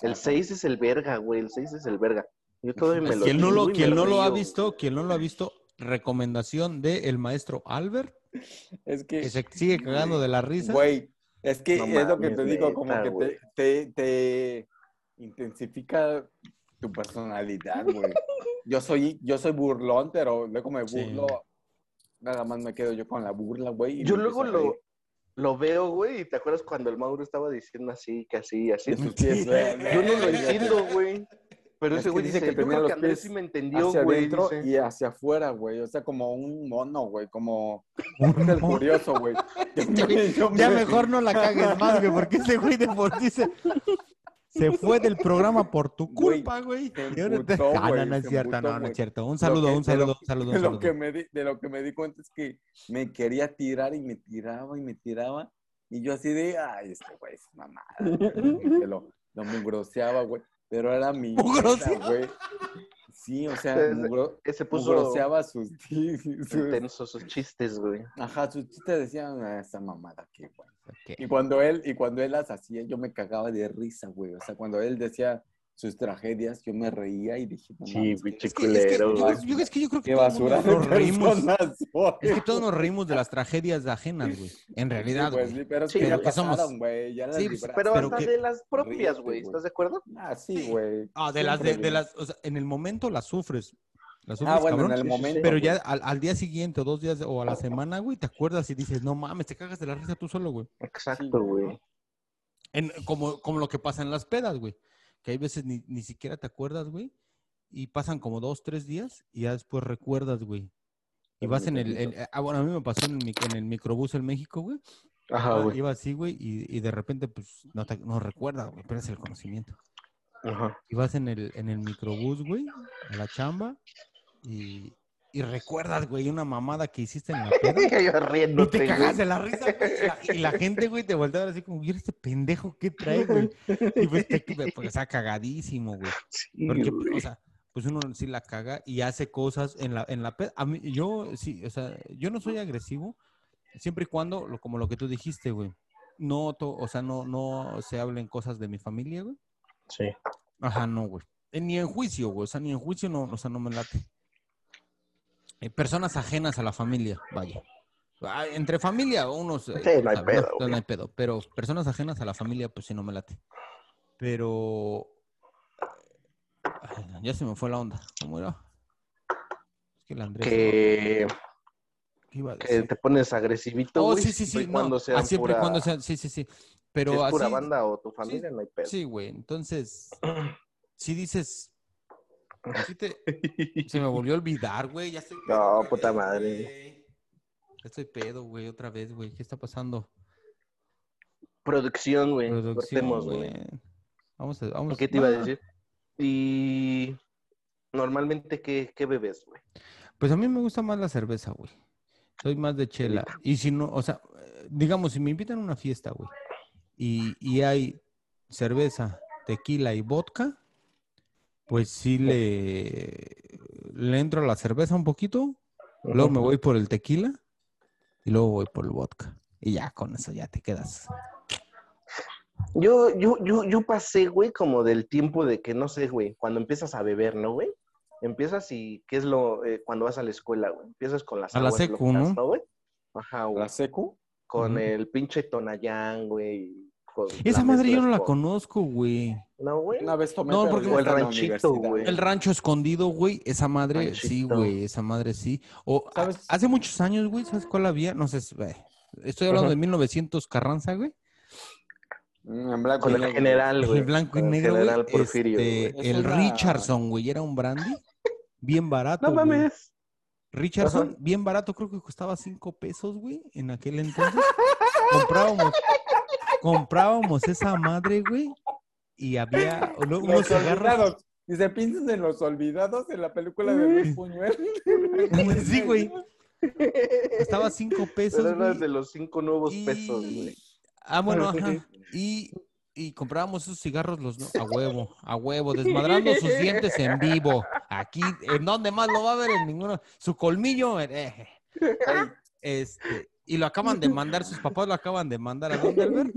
A: El 6 es el verga, güey. El 6 es el verga. Yo todavía me lo
B: Quien no lo,
A: chingo y
B: quien
A: me
B: no lo ha
A: río.
B: visto, quien no lo ha visto, recomendación del el maestro Albert,
C: Es que,
B: que se sigue cagando de la risa.
C: güey, es que
A: No
C: es lo que
A: mames,
C: te digo, como
A: neta,
C: que
A: güey.
C: te, te, te intensifica tu personalidad, güey. Yo soy, yo soy burlón, pero luego me
B: Sí.
C: burlo. Nada más me quedo yo con la burla, güey. y
A: Yo
C: me
A: luego
C: empiezo a
A: lo,
C: reír
A: lo veo, güey. ¿Y te acuerdas cuando el Mauro estaba diciendo así, que así, así?
C: de sus pies,
B: Sí.
C: güey.
A: Yo no lo entiendo, güey. Pero
C: Es
A: ese
C: que
A: güey
C: dice
A: dice
C: que
A: que
C: tenía
A: creo
C: los
A: que Andrés
C: pies
A: sí me entendió,
C: Hacia
A: güey.
C: adentro
A: dice.
C: y hacia afuera, güey. O sea, como un mono, güey. Como
B: Un
C: el
B: mono.
C: curioso, güey.
B: Ya mejor no la cagues más, güey, porque ese güey de por sí se, se fue del programa por tu
C: Güey,
B: culpa, güey.
C: se
B: Y ahora te-
C: emputó,
B: Ah,
C: güey,
B: no, no es
C: se
B: cierto,
C: emputó,
B: no, no
C: güey.
B: es cierto. Un
C: que-
B: saludo,
C: de
B: un
C: lo-
B: saludo, un saludo,
C: De
B: un
C: lo, que
B: saludo.
C: me di, de lo que me di cuenta es que me quería tirar y me tiraba y me tiraba. Y yo así de, ay, este güey es mamada. güey", que Lo, lo mugroseaba, güey. Pero era mi. meta,
B: ¿Mugroseaba?
C: güey. Sí, o sea,
A: Entonces,
C: mugro,
A: Ese puso
C: mugroseaba sus, sus.
A: intensos sus chistes, güey.
C: Ajá, sus chistes decían, "Ah, esta mamada, qué güey.
B: Ok.
C: Y cuando él, y cuando él las hacía, yo me cagaba de risa, güey. O sea, cuando él decía sus tragedias, yo me reía y dije, no,
A: Sí,
C: mames,
A: pinche
B: Es que, es que
A: culero,
B: yo,
A: güey.
B: yo- es que yo creo que
C: qué
B: todo el mundo
C: basura de
B: nos reímos.
C: personas soy.
B: Es que todos nos reímos de las tragedias ajenas, güey. En realidad,
C: Sí, pues,
B: güey.
C: sí, pero es
A: Sí,
C: que ya
A: porque
B: somos-
C: pasaron, güey, ya las
B: Sí, pues,
C: libraste.
A: Pero
B: Pero
A: hasta
B: que-
A: de las propias,
C: Ríete,
A: güey.
C: güey.
A: ¿Estás de acuerdo?
C: Ah, sí, güey.
B: Ah, de las, de,
C: Siempre,
B: de
C: güey.
B: las, o sea, en el momento las sufres. Las sufres,
C: Ah, bueno,
B: cabrón.
C: en el
A: Sí, sí, sí.
C: momento.
B: Pero
C: güey.
B: ya al, al día siguiente, o dos días, o a la semana, güey, te acuerdas y dices, no mames, te cagas de la risa tú solo, güey.
A: Exacto,
C: güey.
A: güey.
B: En- como, como lo que pasa en las pedas, güey. Que hay veces ni, ni siquiera te acuerdas, güey. Y pasan como dos, tres días y ya después recuerdas, güey. Y
C: Pero
B: vas
C: ni
B: en el, el-
C: tantito.
B: Ah, bueno, a mí me pasó en el, mic- en el microbús en México, güey.
A: Ajá,
B: Iba-
A: güey.
B: Iba así, güey, y, y de repente, pues, no, te- no recuerdas, güey, pierdes el conocimiento.
A: Ajá.
B: Y vas en el, en el microbús, güey, a la chamba, y, y recuerdas, güey, una mamada que hiciste en la peda.
A: Yo
B: No te
A: riéndote,
B: cagas
A: güey.
B: de la risa, güey. Y la- Y la gente, güey, te voltea a ver así como, mira este pendejo, ¿qué trae, güey? Y pues, te, pues, o sea, cagadísimo, güey.
A: Sí,
B: Porque,
A: güey.
B: o sea, pues uno sí la caga y hace cosas en la, en la peda. A mí, yo sí, o sea, yo no soy agresivo, siempre y cuando, lo- como lo que tú dijiste, güey, no, to- o sea, no, no se hablen cosas de mi familia, güey.
A: Sí.
B: Ajá, no, güey. Eh, Ni en juicio, güey, o sea, ni en juicio, no, o sea, no me late. Eh, personas ajenas a la familia, vaya. Ah, entre familia, unos... eh,
A: Sí, no hay
B: sabe,
A: pedo,
B: no,
A: güey.
B: no hay pedo, pero personas ajenas a la familia, pues sí, no me late. Pero Ay, no, ya se me fue la onda. ¿Cómo era? Es que el Andrés.
A: Que,
B: ¿qué iba a
A: que
B: decir?
A: te pones agresivito,
B: Oh,
A: güey.
B: sí, sí, sí.
A: siempre y
B: no,
A: Cuando
B: ah,
A: sean
B: siempre y
A: pura-
B: cuando sean- Sí, sí, sí. Pero
A: si es pura
B: así.
A: banda o tu familia, no hay pedo.
B: Sí, güey. Entonces, si dices. sí te- se me volvió a olvidar, güey. Ya estoy. pedo
A: No,
B: otra
A: puta madre.
B: güey. Ya estoy pedo, güey, otra vez, güey. ¿Qué está pasando?
A: Producción, güey.
B: Producción,
A: Cortemos,
B: güey.
A: güey.
B: Vamos a. Vamos
A: ¿Qué te iba a
B: no,
A: decir? Y normalmente, ¿qué, qué bebes, güey?
B: Pues a mí me gusta más la cerveza, güey. Soy más de chela. Y si no, o sea, eh, digamos, si me invitan a una fiesta, güey, y, y hay cerveza, tequila y vodka, pues sí le, le entro a la cerveza un poquito, luego me voy por el tequila y luego voy por el vodka. Y ya con eso ya te quedas.
A: Yo, yo, yo, yo pasé, güey, como del tiempo de que no sé, güey, cuando empiezas a beber, ¿no, güey? Empiezas y, ¿qué es lo, eh, cuando vas a la escuela, güey? Empiezas con las
B: A la
A: aguas
B: secu,
A: locas,
B: ¿no?
A: güey? Ajá, güey.
C: ¿La secu?
A: Con
B: Ujú.
A: el pinche Tonayán, güey. con
B: Esa
A: la
B: madre
A: mezcla
B: yo no la
A: con-
B: conozco, güey.
A: No, güey.
C: Una vez tomé
B: No,
C: pero
B: porque-
C: ya
A: O el
C: está en la
A: ranchito,
C: universidad.
A: güey.
B: El rancho escondido, güey, esa madre, sí,
A: Ranchito.
B: güey, esa madre sí. O a-
C: ¿Sabes?
B: hace muchos años, güey, ¿sabes cuál había? No sé, si- eh, estoy hablando de 1900 Carranza, güey.
C: Mm, en blanco
A: Con
C: y
A: el
C: negro.
A: general, güey.
B: El blanco y
A: Con el
B: negro, güey.
A: general Porfirio,
B: este,
C: güey. Es
B: el
C: una-
B: Richardson, güey, era un brandy bien barato.
A: No
B: güey.
A: mames.
B: Richardson,
A: Ajá.
B: bien barato, creo que costaba 5 pesos, güey, en aquel entonces. Comprábamos, comprábamos esa madre, güey, y había lo- unos
C: Los
B: cigarros.
C: olvidados. Dice, piensen en los olvidados en la película de Luis Buñuel.
B: Sí, güey. Costaba 5 pesos.
A: Pero era
B: güey.
A: de los cinco nuevos
B: Y-
A: pesos, güey.
B: Ah, bueno, ajá. Y, y comprábamos esos cigarros los no- a huevo, a huevo, desmadrando sus dientes en vivo. Aquí, ¿en dónde más lo va a ver? En ninguno. Su colmillo, eh, eh,
C: Ay,
B: este. Y lo acaban de mandar, sus papás lo acaban de mandar a dónde, Albert?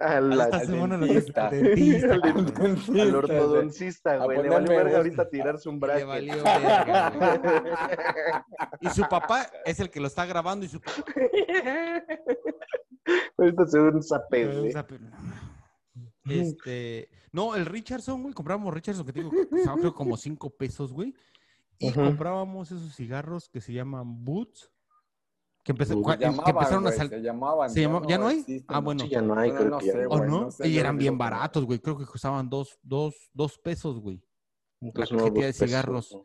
A: A la-
B: A esta
C: al
B: semana lo
C: dentista.
B: al dentista, cabrón.
A: al
C: al
A: ortodoncista,
C: A
A: güey. Le
C: ponerme
A: valió verga
C: verga.
A: ahorita tirarse un
B: Le
A: brazo.
B: valió verga, güey. Y su papá es el que lo está grabando y su papá.
A: Ahorita se ve un zapé,
C: eh,
A: güey.
B: Este, no, el Richardson, güey, comprábamos Richardson que te digo, que costaba, creo como cinco pesos, güey. Y
A: Ujú.
B: comprábamos esos cigarros que se llaman Boots, que, empezó-
A: Boots.
B: cua- que empezaron a
C: Se
B: salir.
C: llamaban.
B: ¿Se llama- ya no hay?
C: existen,
B: Ah, bueno.
A: Sí, ya no hay,
C: Bueno,
A: creo
C: no
A: que ya
C: sé,
A: no.
B: ¿O
C: güey,
B: oh, no?
C: no sé,
B: y
C: yo
B: eran
C: digo
B: bien
C: que no.
B: baratos, güey. Creo que costaban dos, dos, dos pesos, güey.
A: Entonces,
B: la cajetilla de
A: pues, pues,
B: cigarros.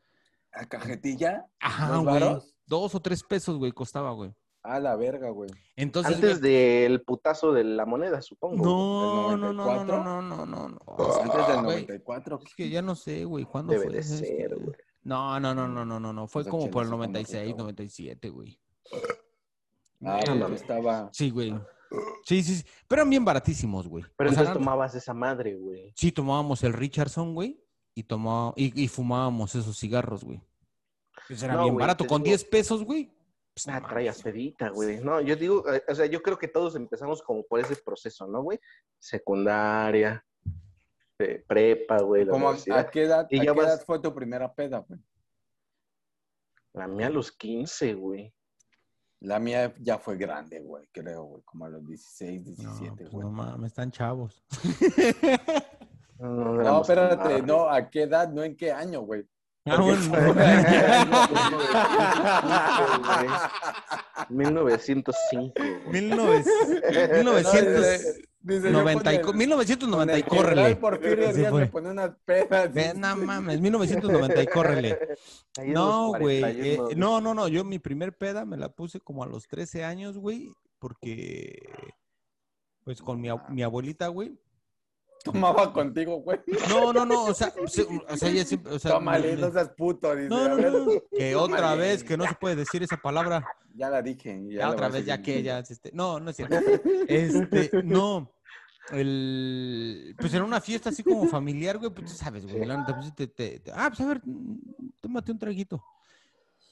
C: ¿La cajetilla?
B: Ajá,
C: ¿Dos
B: Ah, güey.
C: varos?
B: Dos o tres pesos, güey, costaba, güey.
C: A la verga, güey.
B: Entonces,
A: Antes del putazo de la moneda, supongo.
B: no,
C: del
B: no, no, no,
C: 94.
B: no, no, no, no.
C: Antes del
B: Ah, Güey,
C: 94.
B: Es que ya no sé, güey, ¿cuándo
A: Debe
B: fue?
A: de
B: Es que-
A: ser, güey.
B: No, no, no, no, no, no, no. Fue
C: Los
B: como por el
C: ochentas, cuando
B: 96,
C: fue,
B: 97, güey.
C: Ah,
A: No
C: pues yo
A: mames.
C: estaba.
B: Sí, güey. Sí, sí, sí. Pero eran bien baratísimos, güey.
A: Pero
B: O sea,
A: entonces
B: eran-
A: tomabas esa madre, güey.
B: Sí, tomábamos el Richardson, güey, y, tomá- y, y fumábamos esos cigarros, güey. Pues era
A: No,
B: bien
A: güey,
B: barato.
A: te
B: Con
A: digo-
B: 10 pesos, güey. pues, no
A: Ah,
B: mames.
A: traía pedita, güey. No, yo digo, eh, o sea, yo creo que todos empezamos como por ese proceso, ¿no, güey? Secundaria, eh, prepa, güey, la
C: Como a,
A: universidad.
C: a qué edad,
A: Y
C: a
A: ya
C: qué
A: vas-
C: edad fue tu primera peda, güey?
A: La mía a los 15, güey.
C: La mía ya fue grande, güey, creo, güey, como a los 16,
B: No,
C: 17,
B: pues
C: güey.
B: no mames, están chavos.
A: No, no,
C: No,
A: éramos tan
C: espérate,
A: madres.
C: no, ¿a qué edad? No, ¿en qué año, güey?
B: Ah,
A: Porque-
B: bueno,
A: güey. 1905. güey.
B: 1990
C: Dice, yo con
B: y
C: el-
B: co- 1990 y
C: con el
B: córrele.
C: general Porfirio
B: Se
C: Díaz
B: fue.
C: me pone unas pedas.
B: Ve, no mames, 1990 y córrele.
A: Ahí en los
B: No, güey.
A: 41,
B: eh, no, no, no. Yo mi primer peda me la puse como a los 13 años, güey. Porque, pues con mi, ab- mi abuelita, güey.
C: Tomaba contigo, güey.
B: No, no, no. O sea, se- o sea, ella siempre. O sea,
C: Tómale,
B: me-
C: no seas puto. Dice,
B: no,
C: a
B: no,
C: ver,
B: no. Que otra
C: Tómale.
B: vez, que no se puede decir esa palabra.
C: Ya la dije. Ya,
B: Ya
C: la
B: otra
C: voy a
B: vez, ya
C: seguir
B: que
C: diciendo.
B: ya. Este, no, no es cierto. Este, no. El, pues en una fiesta así como familiar, güey, pues tú sabes, güey. la neta, pues, te- te- te- ah, pues a ver, mm, tómate un traguito.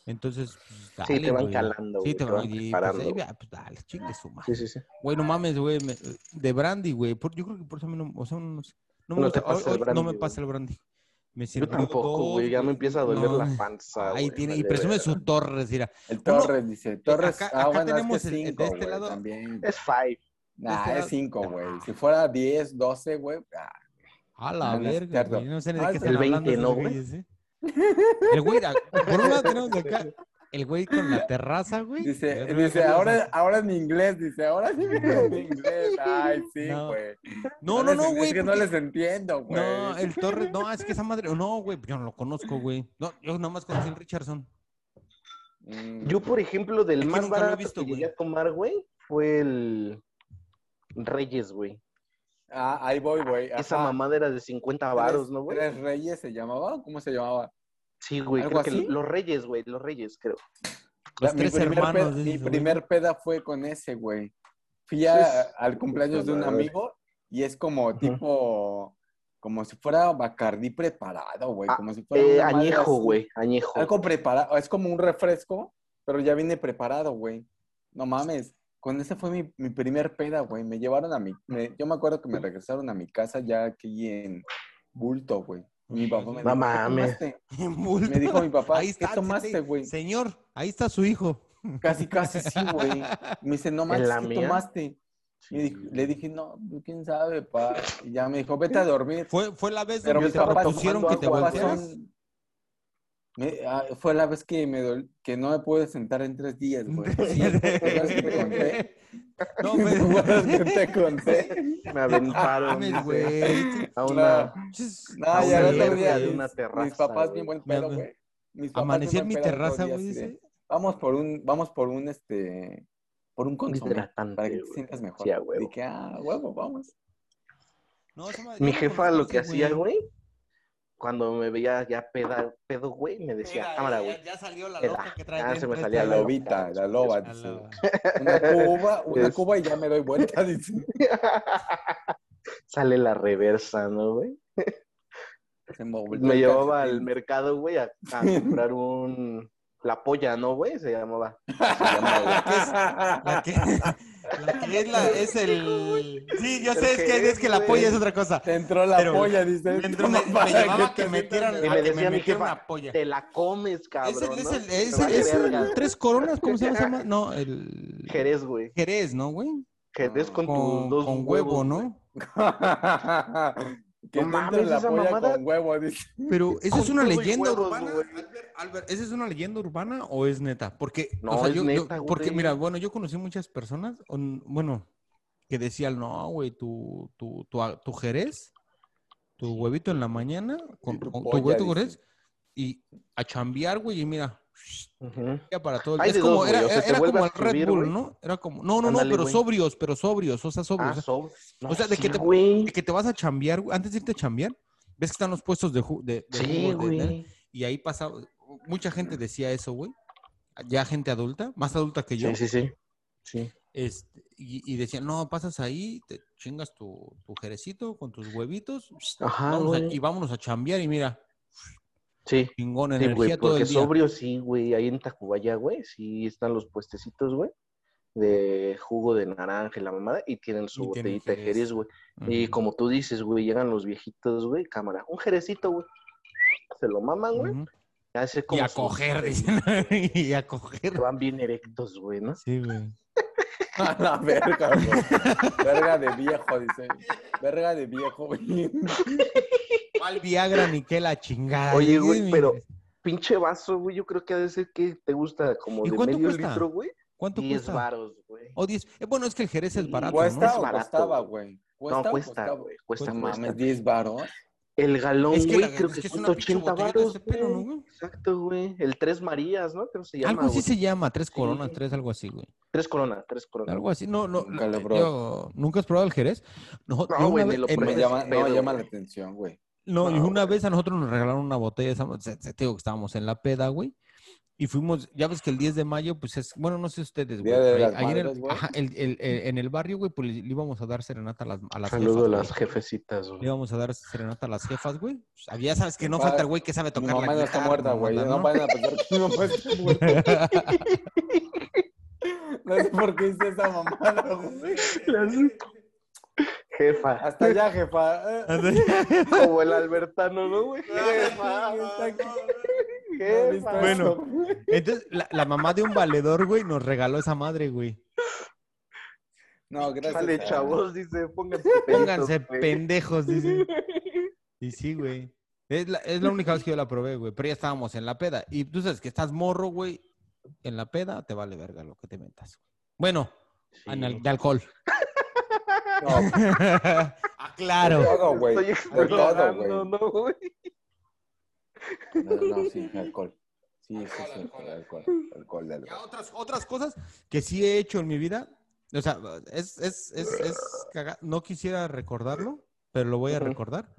B: Entonces, pues,
A: Sí, te van
B: güey.
A: calando, güey,
B: Sí, te
A: te
B: van,
A: van
B: y, pues,
A: preparando,
B: ahí,
A: güey.
B: ah, pues, dale, chingue su
A: Sí,
B: madre.
A: sí, sí.
B: Güey, no mames, güey, me- yo brandy, güey, por- yo creo que por eso a mí no, o sea, no, sé, no me
A: No te
B: gusta- hoy-
A: pasa el
B: hoy
A: brandy,
B: no me
A: güey.
B: pasa el brandy. Me
A: Yo
B: sirvió
A: tampoco,
B: dos,
A: güey. Ya me empieza a doler
B: pues, No,
A: la
B: güey.
A: panza.
B: Ahí
A: güey,
B: tiene, y
A: vale,
B: presume
A: verga.
B: su Torres, mira.
C: El Torres dice, Torres,
B: eh, acá-
C: ah,
B: acá
C: bueno,
B: tenemos
C: es
B: el-
C: que
B: el de
C: cinco,
B: este
C: güey,
B: lado.
C: También.
A: Es five.
C: Nah,
B: este lado-
C: es 5, güey.
B: Nah.
C: Si fuera 10, 12, güey. ah,
B: A la
C: No, no es
B: verga,
C: cierto.
B: güey. No sé ni
C: Ah,
B: de qué
C: el
B: están hablando
A: 20,
B: esos
A: ¿no, güey?
B: güeyes, ¿eh? El güey, a- por un lado tenemos acá el güey con la terraza, güey. y
C: Dice,
B: otro
C: dice,
B: acá los-
C: ahora, ahora en inglés, dice, ahora sí me en inglés. Ay, sí,
B: No.
C: güey.
B: No, no,
C: les-
B: no, güey.
C: Es que no
B: porque-
C: les entiendo, güey.
B: No, el Torres, no, es que esa madre, no, güey, yo no lo conozco, güey. No, yo nomás conocí el Richardson.
C: Mm.
A: Yo, por ejemplo, del
B: Es que
A: más
B: nunca lo he
A: barato
B: visto,
A: que
B: güey.
A: llegué a tomar, güey, fue el Reyes, güey.
C: Ah, ahí voy, güey.
A: Esa
C: ajá.
A: mamada era de 50
C: Tres-
A: varos, ¿no, güey?
C: ¿Tres Reyes se llamaba? ¿Cómo se llamaba?
A: Sí, güey.
C: ¿Algo
A: Creo que
C: así?
A: los Reyes, güey. Los Reyes, creo.
B: Los
C: mi
B: tres
C: primer
B: hermanos.
C: peda,
B: de
C: mi
B: esos, güey.
C: primer peda fue con ese, güey. Fui a-
A: Pues,
C: al cumpleaños de un
A: madre.
C: amigo y es como tipo, como si fuera Bacardí preparado, güey.
A: Ah,
C: Como si fuera
A: Eh,
C: una madre
A: añejo,
C: así.
A: güey. Añejo.
C: Algo preparado, es como un refresco, pero ya viene preparado, güey. No mames. Con esa fue mi, mi primer peda, güey. Me llevaron a mi... me- yo me acuerdo que me regresaron a mi casa ya aquí en Bulto, güey. Mi papá me
A: No
C: dijo, "¿Qué
A: mames.
C: tomaste?"
B: En bulto.
C: Me dijo mi papá,
B: Ahí está,
C: ¿qué tomaste, güey?
B: Señor, ahí está su hijo.
C: Casi, casi sí, güey. Me dice, no manches,
A: la
C: ¿qué
A: mía?
C: tomaste?
A: Sí,
C: Me dijo-
A: güey.
C: le dije, no, pues, quién sabe, pa. Y ya me dijo, vete a dormir.
B: Fue, fue la vez
C: Pero
B: donde
C: mis
B: te
C: papás
B: propusieron que te
C: mis papás
B: voltearas.
C: son- Me- ah, fue la vez que me dol- que no me pude sentar en tres días, güey. ¿Te acuerdas que Pues, te conté?
B: No, pues.
C: ¿Te acuerdas que
B: güey.
C: te conté?
A: Me aventaron
B: Mames, güey.
A: a una...
B: No,
C: No,
A: a
C: ya
A: una
C: el otro
A: alberca
C: día,
A: de
C: mis-
A: una
C: Mis
A: terraza,
C: papás
A: güey.
C: bien buen
B: Me
C: pedo,
B: ama-
C: güey. Mis papás bien
B: Amanecí en
C: buen
B: mi
C: pedo el otro
B: terraza,
C: día,
B: güey,
C: así de,
B: dice.
C: Vamos por un, vamos por un, este, por un consomé.
A: Hidratante,
C: Para que te
A: güey.
C: sientas mejor.
A: Sí, a huevo.
C: Dije, ah, huevo, vamos.
B: No, esa madre-
A: Mi
B: yo no
A: jefa lo
B: conozco
A: que
B: ese
A: hacía, güey, cuando me veía ya peda, pedo, güey, me decía,
B: Mira,
A: cámara,
B: ya-
A: güey.
B: Ya salió la
A: Peda.
B: loca que trae.
A: Ah, se me
B: dentro,
A: salía
B: esta
A: la
C: La
B: loca.
C: lobita, la loba,
B: A
C: dice.
B: la-
C: Una cuba, una
A: Es-
C: cuba y ya me doy vuelta, dice.
A: Sale la reversa, ¿no, güey?
C: Se me, volteó
A: Me
C: el
A: llevaba al
C: calcetín.
A: mercado, güey, a, a comprar un... La polla, ¿no, güey? Se llamaba. Se llamaba, güey.
B: La que, la que es, la, es el. Sí, yo
A: ¿El
B: sé, es
A: qué
B: que, es
A: es,
B: que la
A: güey?
B: polla es otra cosa.
C: Te entró la
B: Pero-
C: polla, dice.
B: Me, entró- me, me
C: Para
B: llevaba
C: te
B: que metieran,
C: sientas
A: Y
B: a
A: me
B: que me
A: decía mi
B: metieran
A: jefa,
B: una polla.
A: Te la comes,
B: Es
A: cabrón,
B: el, es
A: ¿no?
B: el,
A: Te
B: es el,
A: vale
B: es el
A: verga.
B: tres coronas, ¿cómo se llama? Se llama- No, el.
A: Jerez, güey.
B: Jerez, ¿no, güey?
A: Jerez con,
B: Con,
A: tus dos
B: con huevo,
A: huevos,
B: ¿no?
C: mal. que
A: No
C: te entre
A: mames,
C: la
A: esa
C: polla
A: mamada.
C: con huevo, dice.
B: Pero esa es
A: Con
B: una
A: todo y
B: leyenda
A: huevos,
B: urbana,
A: güey.
B: Albert, Albert, ¿esa es una leyenda urbana o es neta? Porque, o
A: No,
B: sea,
A: es
B: yo- yo-
A: neta, güey.
B: porque mira, bueno, yo conocí muchas personas, o n- bueno, que decían, no, güey, tu, tu, tu, a- tu jerez, tu huevito en la mañana, con,
C: tu
B: con tu
C: polla,
B: huevito
C: dice.
B: jerez, y a chambear, güey, y mira,
A: Ujú.
B: ya para todo el
A: Hay
B: Es
A: de
B: como,
A: dos,
B: era,
A: güey, o sea,
B: era-
A: te
B: era
A: vuelve
B: como
A: a
B: el Red
A: subir,
B: Bull,
A: güey.
B: ¿no? Era como, no, no,
A: Ándale,
B: no, pero
A: güey.
B: sobrios, pero sobrios, o sea, sobrios.
A: Ah,
B: o sea,
A: sobre. No,
B: o sea, de que
A: sí,
B: te-
A: güey.
B: de que te vas a chambear, güey, antes de irte a chambear, ves que están los puestos de, ju- de, de
A: Sí,
B: jugos de nel-
A: güey.
B: y ahí pasaba, mucha gente decía eso, güey. Ya gente adulta, más adulta que yo.
A: Sí, sí, sí. Sí.
B: Este, y, y decían, no, pasas ahí, te chingas tu, tu jerecito con tus huevitos
A: Ajá,
B: vámonos a-
A: Ah, güey.
B: y vámonos a chambear y mira,
A: Sí.
B: chingón,
A: Sí,
B: energía
A: güey,
B: todo
A: porque
B: el día.
A: sobrio sí, güey, ahí en Tacubaya, güey, sí están los puestecitos, güey, de jugo de naranja y la mamada, y tienen su
B: Y tienen
A: botellita de
B: jerez.
A: jerez, güey. Y
B: Ujú.
A: como tú dices, güey, llegan los viejitos, güey, cámara, un jerecito, güey. Se lo maman, güey.
B: Ujú.
A: hace como
B: Y a
A: su-
B: coger, dicen. y a coger.
A: Se van bien erectos, güey, ¿no?
B: Sí, güey.
C: A la verga, güey. Verga de viejo, dice. Verga de viejo, güey.
B: ¿Cuál Viagra ni qué la chingada?
A: Oye,
B: Sí,
A: güey,
B: mi-
A: pero- Pinche vaso, güey, yo creo que ha de ser que te gusta como
B: ¿Y
A: de
B: cuánto
A: medio
B: cuesta?
A: litro, güey.
B: ¿Cuánto
A: 10
B: cuesta?
A: varos, güey.
B: O 10. eh, bueno, es que el Jerez es
A: Sí,
B: barato,
A: cuesta,
C: ¿Cuesta
A: es
C: o
A: barato,
C: costaba,
A: güey.
C: güey?
A: No,
C: o
A: cuesta,
C: costaba?
A: güey, cuesta,
B: Cuesta,
A: cuesta.
C: Mames, 10 varos.
A: El galón,
B: ¿no? Es que,
A: güey,
B: la-
A: creo
B: es
A: que
B: que es
A: cuesta
B: una pinche
A: 80
B: botellota de
A: varos,
B: este pelo, ¿no,
A: güey.
B: güey?
A: Exacto, güey. El tres Marías, ¿no? Creo que se llama,
B: Algo así
A: güey.
B: se llama, tres coronas,
A: Sí.
B: tres, algo así, güey.
A: Tres coronas, tres coronas.
B: Algo así. No, no,
C: Nunca lo
B: no,
C: probé.
B: yo- ¿Nunca has probado el Jerez? No,
A: No,
B: yo una
A: güey,
B: vez-
A: ni lo
B: en-
A: probé.
C: Me llama, no,
A: pedo,
C: llama la
A: güey.
C: atención, güey.
B: No, y
A: No,
B: una
A: güey.
B: vez a nosotros nos regalaron una botella, de esa, se- se- te digo que estábamos en la peda, güey. Y fuimos, ya ves que el 10 de mayo, pues es, bueno, no sé ustedes, güey.
C: Día de
B: pero
C: las
B: ahí en, el,
C: Madres, güey.
B: ajá, el- el- el- en el barrio, güey, pues le le íbamos a dar serenata a las, a las
A: Saludo a
B: jefas,
A: las
B: güey.
A: jefecitas,
B: Le
A: güey.
B: íbamos a dar serenata a las jefas, güey. Pues, había- ya sabes que no
C: Pa-
B: falta el güey que sabe
C: Mi
B: tocar la
C: mamá no está
B: guitarra,
C: muerta, güey.
B: mamada,
C: No vayan a pensar que mi mamá está muerta. No sé por qué hice esa mamada, güey.
A: Jefa.
C: Hasta allá, jefa. Eh,
A: Como el albertano, ¿no,
B: Ah,
A: güey?
C: Jefa, está aquí. No he visto
A: Jefa.
B: Bueno.
C: eso, güey.
B: Entonces, la, la mamá de un valedor, güey, nos regaló esa madre, güey.
C: No, gracias.
A: Sale,
C: a-
A: chavos, dice, pónganse
B: Pónganse
A: pelitos, güey.
B: pendejos, dice. Y sí, güey. Es la, es la única vez que yo la probé, güey. Pero ya estábamos en la peda. Y tú sabes que estás morro, güey. En la peda te vale verga lo que te metas. Bueno, en al- de alcohol. Ah,
C: No,
B: claro.
C: todo, güey.
A: Estoy
C: todo,
A: explorando, ¿no, güey?
C: No, no, sí, alcohol. Sí, sí, sí, alcohol. Alcohol, alcohol.
B: Otras, otras cosas que sí he hecho en mi vida. O sea, es, es, es, es caga- No quisiera recordarlo, pero lo voy a
A: Ujú.
B: recordar.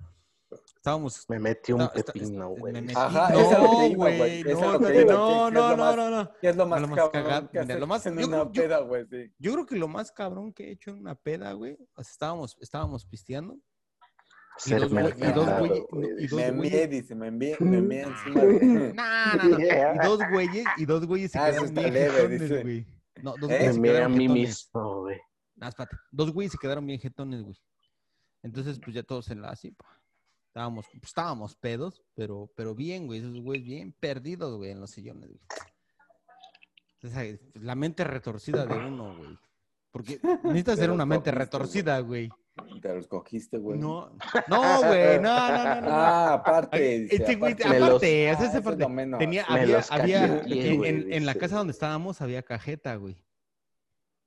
B: Estábamos
A: Me metí un
B: No, está-
A: pepino,
B: está-
A: güey.
B: me metí-
C: Ajá,
B: no,
C: es a lo que iba, güey.
B: güey.
C: Es a
B: No,
C: lo que
B: espérate,
C: iba,
B: no,
C: que- que es
B: no,
C: lo
B: no,
C: más-
B: no, no.
C: ¿Qué es lo más,
B: lo más
C: cabrón
B: cagado,
C: que
B: mira,
C: haces
B: lo más-
C: en
B: yo-
C: una
B: yo-
C: peda, güey? Sí.
B: Yo creo que lo más cabrón que he hecho en una peda, güey. o sea, estábamos, estábamos pisteando. Y
A: Ser
B: dos, güey- y dos
A: mermelada,
B: güey-
A: güey.
B: y dos
C: Me envié,
B: güeyes.
C: dice, me envié, me envié encima de...
B: Nah, nah, nah. Y dos güeyes, y dos güeyes se
C: Ah, eso
B: quedaron
C: está
B: bien
C: leve,
B: jetones,
C: dice.
B: güey. No, dos
C: ¿Eh?
B: güeyes
A: Me
B: se
A: miré a
B: quedaron
A: mí
B: jetones.
A: mismo, güey.
B: Nah, espérate. Dos güeyes se quedaron bien jetones, güey. Entonces, pues ya todos en la así, pa. Estábamos, pues, estábamos pedos, pero, pero bien, güey. Esos güeyes bien perdidos, güey, en los sillones, güey. Entonces, ahí, pues, la mente retorcida de uno, güey. Porque necesitas ser
C: Pero
B: una mente
C: cogiste, güey.
B: retorcida, güey.
C: Te los cogiste, güey.
B: No, no, güey, no, no, no, no, no.
C: Ah, aparte, dice,
B: Este güey,
C: aparte.
A: me los-
B: aparte,
C: Ah,
B: hace esa
C: eso es lo
B: parte.
C: menos.
B: Tenía,
A: Me
B: había,
A: los
B: había,
A: cacheteé,
B: en,
A: güey,
B: en- en la
A: dice.
B: casa donde estábamos había cajeta, güey.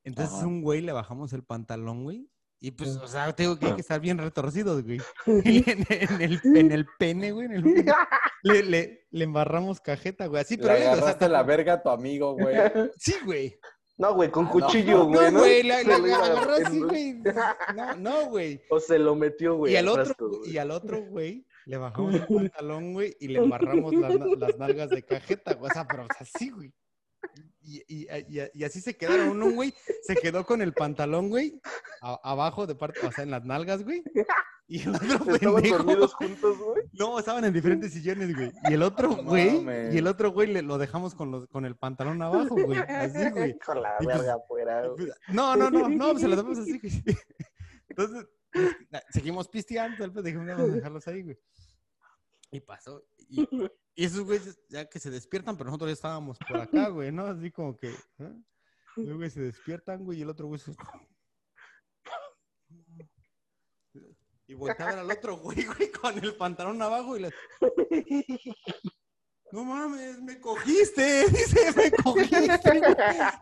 B: Entonces
C: Ajá.
B: un güey le bajamos el pantalón, güey. Y pues, o sea, tengo que, hay que estar bien retorcidos, güey. Y en, en el, en el pene, güey, en el pene, le, le, le embarramos cajeta, güey. Así,
C: Le
B: pero leve, o sea,
C: agarraste la verga a tu amigo, güey.
B: Sí, güey.
A: No, güey, con
C: Ah, no.
A: cuchillo,
B: No,
A: güey.
B: güey, la,
A: Se
B: la-
A: lo
B: la
A: iba a-
B: agarró así, güey. No, no, güey.
A: O se lo metió, güey.
B: y al otro,
A: frasco,
B: güey-
A: güey.
B: y al otro, güey, le bajamos el pantalón, güey, y le embarramos las, na- las nalgas de cajeta, güey. O sea, pero o sea, así, güey. Y, y- y- y así se quedaron. Uno, güey, se quedó con el pantalón, güey, a- abajo de parte, o sea, en las nalgas, güey. Y el otro
A: Estaban
B: pendejo.
A: dormidos juntos, güey.
B: No, estaban en diferentes sillones, güey. Y el otro,
C: No
B: güey,
C: mames.
B: y el otro, güey, le, lo dejamos con, los, con el pantalón abajo, güey. Así, güey.
A: Con la
B: Y pues-
A: verga afuera, güey.
B: Pues, No, no, no, no, pues se las damos así, güey. Entonces, pues, na- seguimos pisteando, el pendejo, no, vamos a dejarlos ahí, güey. Y pasó. Y, y esos güeyes, ya que se despiertan, pero nosotros ya estábamos por acá, güey, ¿no? Así como que. ¿eh? Los güeyes se despiertan, güey, y el otro güey se. Y volteaban al otro güey, güey, con el pantalón abajo y le. No mames, me cogiste, dice, me cogiste, güey.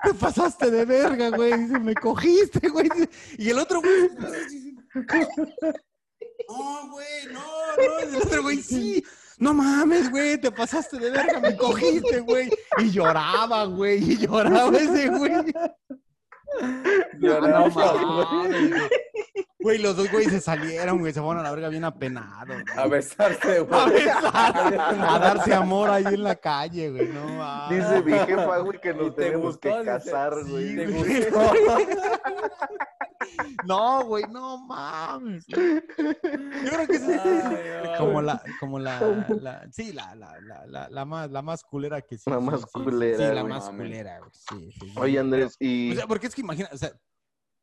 B: Te pasaste de verga, güey. Dice, me cogiste, güey. Dice, Y el otro, güey. dice, No, güey, no, no. Y el otro, güey, sí. No mames, güey, te pasaste de verga, me cogiste, güey. Y lloraba, güey, y lloraba ese, güey.
C: Lloraba,
B: No
C: güey.
B: mames, güey. Güey, los dos, güey, se salieron, güey. Se fueron a la verga bien apenados. güey.
C: A besarse, güey.
B: A besar, a darse amor ahí en la calle, güey. No mames.
A: Dice mi jefa, güey, que
C: ¿Y
A: nos
C: te
A: tenemos
C: gustó?
A: que
C: Dice,
A: casar,
B: sí,
A: güey.
C: ¿Te
B: güey.
C: gustó?
B: No, güey, no mames. Yo creo que esa es
C: Ah.
B: como la, como la, la- sí, la, la, la, la, la más, la más culera que sí.
A: La
B: sí,
A: más
B: sí, sí,
A: culera,
B: Sí, la
A: güey.
B: más
C: Mames.
B: culera, güey. Sí, sí, sí.
A: Oye, Andrés, y...
B: O sea, porque es que imagina, o sea,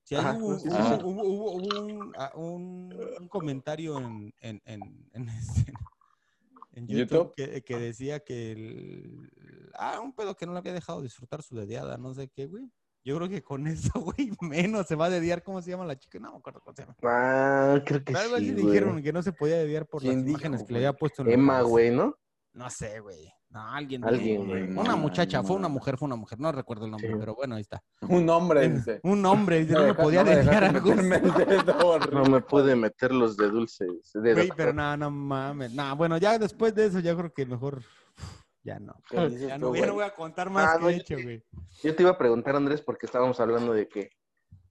B: si hay
A: Ajá,
B: hubo,
A: no, sí, sí,
B: hubo-
C: sí.
B: hubo- hubo- hubo un, a- un- un comentario en, en, en, en este- en YouTube,
C: ¿YouTube?
B: Que, que decía que el, ah, un pedo que no le había dejado disfrutar su dedeada, no sé qué, güey. Yo creo que con eso, güey, menos se va a dediar, ¿cómo se llama la chica? No me acuerdo cómo se llama.
A: Ah, creo que
B: Pero algo así
A: sí, güey.
B: dijeron que no se podía dediar por las
C: ¿Quién dijo,
B: imágenes que le
C: güey?
B: había puesto en la
A: Emma,
B: cabeza.
A: güey, ¿no?
B: No sé, güey. No, alguien. dijo,
A: Alguien,
B: güey.
A: güey.
C: güey.
B: Una
C: No,
B: muchacha, fue una
C: no.
B: mujer, fue una mujer. No recuerdo el nombre,
A: Sí.
B: pero bueno, ahí está.
C: Un hombre, dice.
B: Un hombre, dice, no me
C: deja-
B: podía
C: no me
B: dedicar a
C: dejaste
B: algo.
C: meterme el dedo,
A: No
C: horrible.
A: me pude meter los de dulces. de-
B: Güey, pero no, no mames. No, bueno, ya después de eso, ya creo que mejor. Ya no.
C: ¿Qué dices
B: Ya
C: tú,
B: no, ya
C: este güey?
B: no voy a contar más
A: Ah,
B: que
A: no,
B: he
A: yo-
B: hecho, güey.
A: Yo te iba a preguntar, Andrés, porque estábamos hablando de que,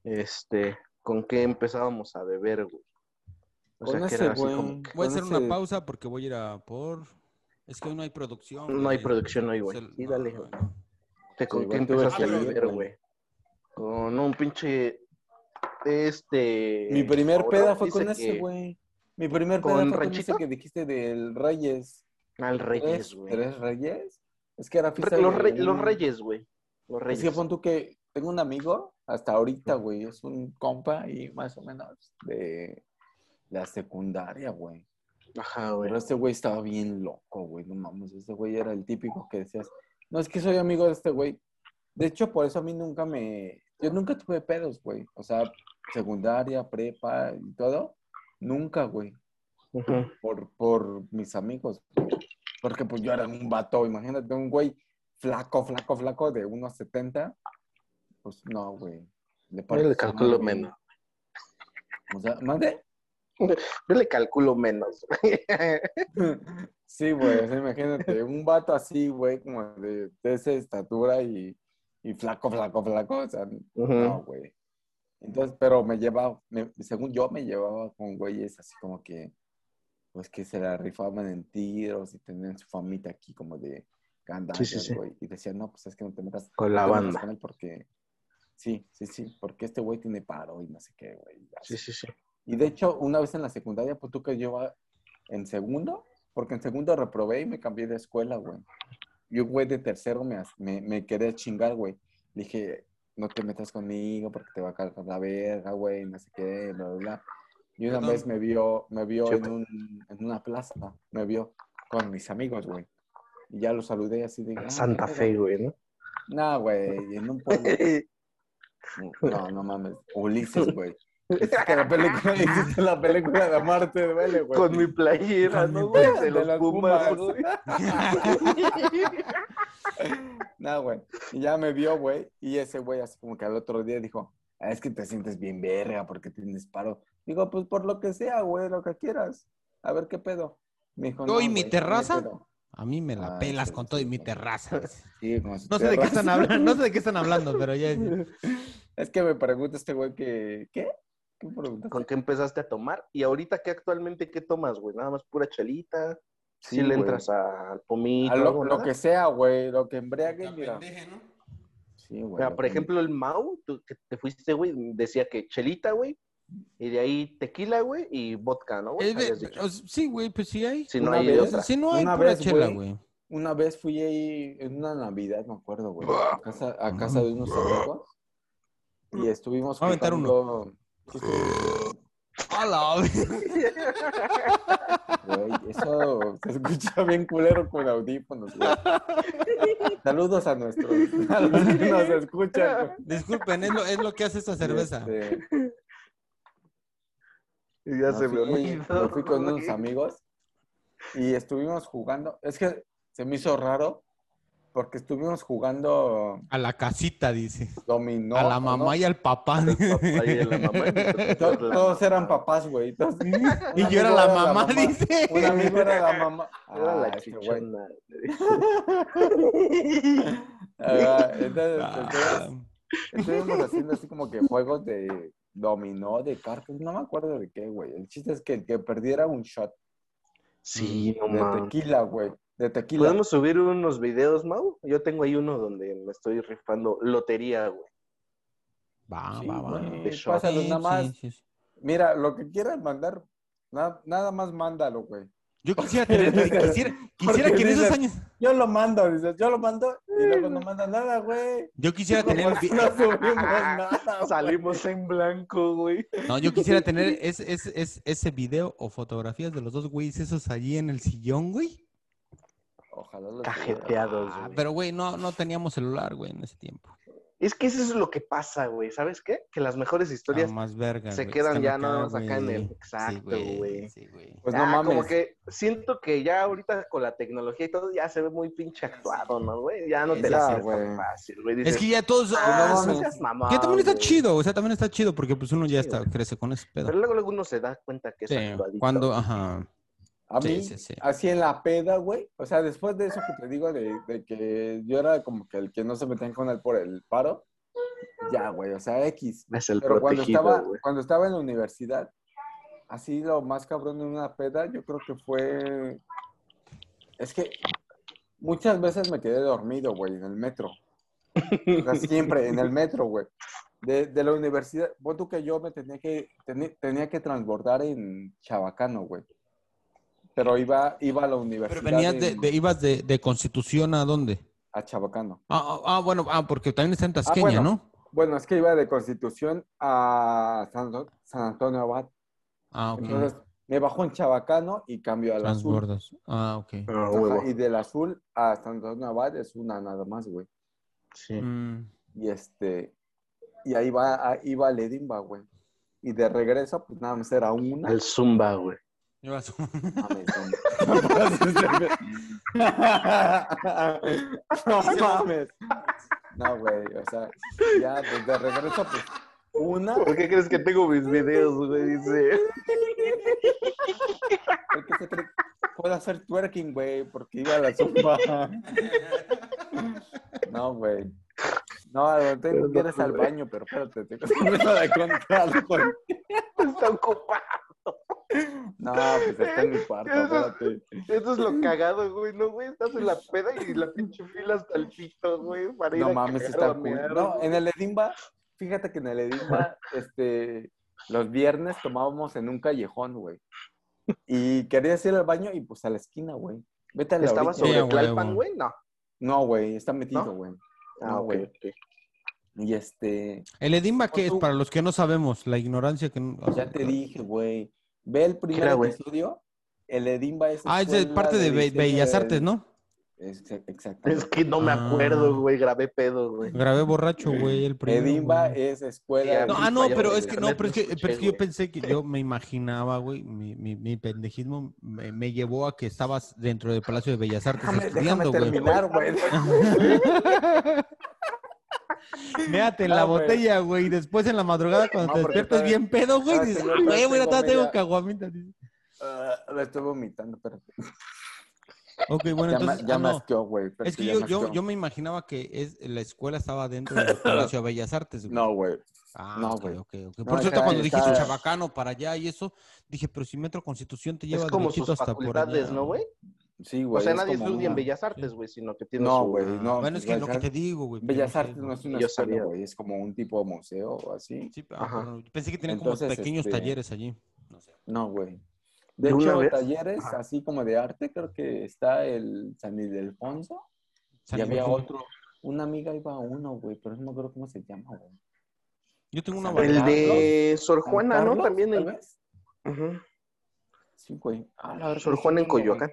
A: este, con qué empezábamos a beber, güey. O
C: Con
A: sea, que
C: ese
A: era así
C: güey.
A: como que
B: Voy a hacer
C: Entonces-
B: una pausa porque voy a ir a por. Es que hoy no hay producción.
A: no
B: güey.
A: hay producción hoy, güey.
B: Es el-
A: Sí,
B: no,
A: dale.
B: no,
A: güey.
B: no.
A: ¿De este, con
C: Sí,
A: qué
C: güey, tuve
A: empezaste a
B: que
A: beber,
C: ir,
A: güey? Con un pinche, este...
C: Mi primer
A: cabrón
C: peda fue
A: dice
C: con ese,
A: que-
C: güey. Mi primer
A: ¿Con
C: peda fue con
A: Ranchito?
C: ese que dijiste del Reyes.
A: Al Reyes,
C: ¿Tres,
A: güey.
C: ¿Tres Reyes? Es que era fiesta
A: Los,
C: de
A: re- los
C: un-
A: Reyes, güey. Los
C: Es
A: Reyes.
C: que pon tú que tengo un amigo, hasta ahorita, güey, es un compa y más o menos de la secundaria, güey.
A: Ajá, güey.
C: Pero este güey estaba bien loco, güey, no mames. Este güey era el típico que decías, no, es que soy amigo de este güey. De hecho, por eso a mí nunca me... Yo nunca tuve pedos, güey. O sea, secundaria, prepa y todo. Nunca, güey.
A: Ujú.
C: Por, por mis amigos. güey. Porque pues yo era un vato, imagínate, un güey flaco, flaco, flaco de 1,70. Pues no, güey. Le
A: Yo le
C: partes su
A: calculo
C: madre.
A: menos.
C: O sea, ¿mande?
A: Yo le calculo menos, güey.
C: Sí, güey, o sea, imagínate, un vato así, güey, como de, de esa estatura y, y flaco, flaco, flaco, o sea,
A: Ujú.
C: no, güey. Entonces, pero me llevaba, me- según yo, me llevaba con güeyes así como que, pues que se la rifaban en tiros y tenían su famita aquí como de
A: Sí,
C: gandallas,
A: sí, sí.
C: güey. Y decían, no, pues es que no te metas
A: Con la
C: no te metas
A: banda.
C: con él porque, sí, sí, sí, porque este güey tiene paro y no sé qué, güey. y así.
A: Sí, sí, sí.
C: Y de hecho, una vez en la secundaria, pues tú que yo iba en segundo, porque en segundo reprobé y me cambié de escuela, güey. Y un güey de tercero me, as- me, me quería chingar, güey. Le dije, no te metas conmigo porque te va a cargar la verga, güey, no sé qué, bla, bla, bla. Y una
B: Perdón.
C: vez me vio, me vio
A: Sí.
C: en, un, en una plaza, me vio con mis amigos, güey. Y ya los saludé así de... "Ah,
A: Santa
C: ¿qué
A: Fe,
C: pedo?".
A: güey, ¿no?
C: No, güey, en un pueblo. No, no mames. Ulises, güey. Existe la película, existe la película de Marte duele, güey.
A: Con mi playera,
B: Con mi
A: ¿no, güey?
C: De
A: De los Pumas, Pues, güey.
C: No, güey. Y ya me vio, güey. Y ese güey así como que al otro día dijo, "Ah, es que te sientes bien verga porque tienes paro. Digo, pues por lo que sea, güey, lo que quieras. A ver qué pedo. Me dijo,
B: Yo y mi
C: güey, no hay
B: terraza.
C: pedo".
B: A mí me la
C: Ay,
B: pelas
C: sí,
B: con todo y
C: sí,
B: mi
C: sí.
B: terraza.
C: Sí, con su
B: No sé de qué
C: terraza.
B: están hablando, no sé de qué están hablando, pero ya.
C: Es que me pregunta este güey que, ¿qué? ¿Qué preguntas?
A: ¿Con qué empezaste a tomar? Y ahorita, ¿qué actualmente qué tomas, güey? Nada más pura chelita. Si
C: Sí,
A: le
C: güey.
A: entras a- al pomito.
C: A lo,
A: algo,
C: lo
A: nada?
C: que sea, güey, lo que embriague, mira. Sí, güey.
A: Mira,
C: lo
A: por
C: que-
A: ejemplo, el Mau, tú que te fuiste, güey, decía que chelita, güey. Y de ahí tequila, güey, y vodka, ¿no, güey?
B: Eh, de-
A: Habías dicho.
B: o sea, sí, güey, pues sí hay.
A: Si no
C: una
A: hay
C: vez-
A: de otra.
B: Si no hay
C: Una
B: pura
C: vez,
B: chela,
C: güey.
B: güey.
C: Una vez fui ahí en una Navidad, me acuerdo, güey, a casa, a casa de unos amigos. Y estuvimos
B: Mm. Voy a aventar uno.
C: jugando- ¿Qué estuvimos
B: A la vez.
C: jugando, Güey, eso se escucha bien culero con audífonos, güey. Saludos a nuestros, a los que nos escuchan. güey.
B: Disculpen, es lo, es lo que hace esta cerveza.
C: Este,
A: Y ya
C: Me
A: se me
C: fui-
A: olvidó.
C: me fui con
A: güey.
C: unos amigos y estuvimos jugando. Es que se me hizo raro porque estuvimos jugando
B: A la casita, dice.
C: dominó.
B: a la
C: ¿no?
B: mamá y al papá.
A: El papá y la mamá.
C: To- Todos eran papás, güey. Entonces, un
B: y yo era
C: amigo
B: la mamá, dice.
C: Un amigo era la mamá.
A: Era la
C: Ah, este güey.
A: chichona.
C: Ah, entonces,
B: Ah,
C: entonces, estuvimos haciendo así como que juegos de dominó, de cartas. No me acuerdo de qué, güey. El chiste es que el que perdiera un shot
A: Sí, no
C: de
A: mames.
C: tequila, güey. De tequila.
A: ¿Podemos subir unos videos, Mau? Yo tengo ahí uno donde me estoy rifando lotería, güey.
B: Va,
C: Sí,
B: Ah, va, va.
C: güey,
A: De shock.
C: pásalos
B: Sí,
C: nada más.
B: sí, sí, sí.
C: Mira, lo que quieran mandar, na- nada más mándalo, güey.
B: Yo quisiera tener, quisiera, quisiera que en esos
C: dices-
B: años,
C: Yo lo mando, dices, yo lo mando y luego
A: Mm.
C: no manda nada, güey.
B: yo quisiera
C: Como
B: tener,
C: no subimos nada. güey.
A: Salimos en blanco, güey.
B: no, yo quisiera tener ese, ese, ese- ese video o fotografías de los dos güeyes esos allí en el sillón, güey.
C: Ojalá lo
A: Cajeteados,
B: Ah,
A: güey.
B: pero, güey, no, no teníamos celular, güey, en ese tiempo.
A: Es que eso es lo que pasa, güey. ¿Sabes qué? Que las mejores
B: Nada
A: historias
B: más verga,
A: se
B: güey.
A: quedan
B: Están
A: ya nada más acá en
B: güey.
A: el-
B: Sí,
A: Exacto, güey.
B: Sí, güey.
C: Pues no
A: Ah,
C: mames.
A: Como que siento que ya ahorita con la tecnología y todo ya se ve muy pinche actuado, ¿no, güey? Ya no te
C: Ya,
A: la haces
C: güey.
A: tan fácil, güey.
B: Es que ya todos,
A: ah,
B: ah,
A: no
B: son-
A: seas mamón,
B: que también está
A: güey".
B: chido, o sea, también está chido porque pues uno ya
A: Sí,
B: está,
A: güey.
B: crece con ese pedo.
A: Pero luego, luego uno se da cuenta que es
B: Sí,
A: actuadito.
B: cuando, ajá.
C: A
B: Sí,
C: mí,
B: sí, sí.
C: así en la peda, güey. O sea, después de eso que te digo, de, de que yo era como que el que no se metían con él por el paro, ya, güey, o sea, X.
A: Es el
C: Pero cuando
A: protegido,
C: estaba,
A: güey.
C: cuando estaba en la universidad, así lo más cabrón de una peda, yo creo que fue. Es que muchas veces me quedé dormido, güey, en el metro. O sea, siempre en el metro, güey. De, de la universidad, vos tú que yo me tenía que, teni- tenía que transbordar en Chabacano, güey. Pero iba, iba a la
B: Pero
C: universidad
B: venías de,
C: en-
B: de- ibas de, de Constitución a dónde?
C: a Chabacano.
B: Ah, ah, ah, bueno, ah, porque también está en Tasqueña,
C: bueno.
B: ¿no?
C: Bueno, es que iba de Constitución a San, San Antonio Abad.
B: Ah, ok.
C: Entonces, me bajó en Chabacano y cambio al azul.
B: Transbordas. Ah, ok.
A: Ah,
C: Ajá,
A: huevo.
C: y del azul a San Antonio Abad es una nada más, güey.
A: Sí.
B: Mm.
C: Y este, y ahí va, a- iba al Edimba, güey. Y de regreso, pues nada más era una.
A: Al Zumba, güey.
B: Llevas un-
C: Mames, no, no pases de ver- No mames. No, güey, o sea, ya pues, de regreso, pues una,
A: ¿Por qué crees que tengo mis videos, güey? Dice.
C: porque se cree que puedo hacer twerking, güey, porque iba a la zumba. No, güey. No, lo tengo que ir es al baño, pero espérate, tengo permiso de contar, güey.
A: Está ocupado.
C: No, pues está en mi cuarto, espérate.
A: Eso es lo cagado, güey. No, güey, estás en la peda y la pinche fila hasta el pito, güey. Para ir
C: No
A: a
C: mames,
A: cagar o
C: está
A: a
C: cool.
A: mear,
C: No,
A: güey.
C: en el Edimba, fíjate que en el Edimba, este, los viernes tomábamos en un callejón, güey. Y querías ir al baño y pues a la esquina, güey. Vete a la
A: ¿Estaba
C: orilla.
A: sobre
B: Sí, a
A: Tlalpan,
B: huevo.
A: güey? No.
C: No, güey, está metido,
A: ¿No?
C: güey.
A: Ah,
C: No,
A: ok,
C: güey.
A: ok.
C: Y este,
B: El Edimba, ¿qué es?
C: Tú-
B: Para los que no sabemos, la ignorancia que... no-
C: ya te dije, güey. Ve el primer
A: era, güey?
C: episodio. El Edimba es.
B: Ah, es de
C: escuela
B: parte de Be-
C: diseño
B: Bellas
C: del-
B: Artes, ¿no?
C: Ex- Exactamente.
A: Es que no me
B: Ah.
A: acuerdo, güey. Grabé pedo, güey.
B: Grabé borracho, güey, el primero.
C: Edimba
B: güey.
C: es escuela.
B: No, ah, no,
A: Vaya,
B: pero
A: güey,
B: es que no,
A: internet
B: pero
A: no
B: es que, pero es que
A: escuché,
B: yo
A: güey.
B: pensé que yo me imaginaba, güey, mi, mi, mi pendejismo me, me llevó a que estabas dentro del Palacio de Bellas Artes
C: Déjame, déjame
B: estudiando, güey.
C: terminar, güey.
B: Méate en la
C: Ah, güey.
B: botella, güey, y después en la madrugada cuando
C: No,
B: te
C: porque
B: despiertas
C: todavía-
B: bien pedo, güey,
C: todavía
B: dices,
C: tengo-
B: ah, güey,
C: todavía
B: bueno,
C: tengo
B: todavía tengo
C: media-
B: caguamita. dices.
C: Ah, lo estoy vomitando, pero
B: Ok, bueno,
C: ya, ma-
B: entonces,
C: ya
B: ah,
C: me
B: no.
C: asqueó, güey. pero
B: Es que
C: ya
B: yo,
C: me
B: yo,
C: asqueó.
B: yo me imaginaba que es, la escuela estaba dentro del Palacio de Bellas Artes, güey.
C: No, güey.
B: Ah,
C: no,
B: ok,
C: güey.
B: ok, ok.
C: No,
B: Por eso
C: está-
B: cuando dijiste
C: está-
B: Chabacano para allá y eso, dije, pero si Metro Constitución te lleva
A: Es como
B: derechito
A: sus
B: hasta por
A: facultades,
B: allá,
A: ¿no, güey?
C: Sí, güey.
A: O sea,
C: es
A: nadie
C: como
A: estudia en
C: una-
A: Bellas Artes, güey, sino que tiene
C: No,
A: su-
C: güey. Eh, No,
B: bueno, es que lo
C: Bellas-
B: que te digo, güey. pues,
C: Bellas
B: sé,
C: Artes no
B: güey.
C: es una
A: Yo
C: escuela,
A: sabía.
C: güey. Es como un tipo de museo o así.
B: Sí, ah,
A: Ajá.
B: perdón, pensé que tenían como
C: Entonces,
B: pequeños
C: este,
B: talleres allí. No sé.
C: No, güey. De
A: Yo una
C: hecho,
A: vez-
C: talleres
A: Ajá.
C: así como de arte, creo que está el San Ildefonso.
B: San
C: y había
B: Ildefonso.
C: otro. Una amiga iba a uno, güey, pero no me acuerdo cómo se llama, güey.
B: Yo tengo una
C: El
A: El
B: variedad,
A: de Sor
C: ¿San
A: Juana, ¿no?
C: Carlos,
A: También
C: tal
A: en...
C: vez?
A: Ujú.
C: Sí, güey. Ah, la verdad,
A: Sor
C: sí,
A: Juana en
C: tengo, güey.
A: Coyoacán.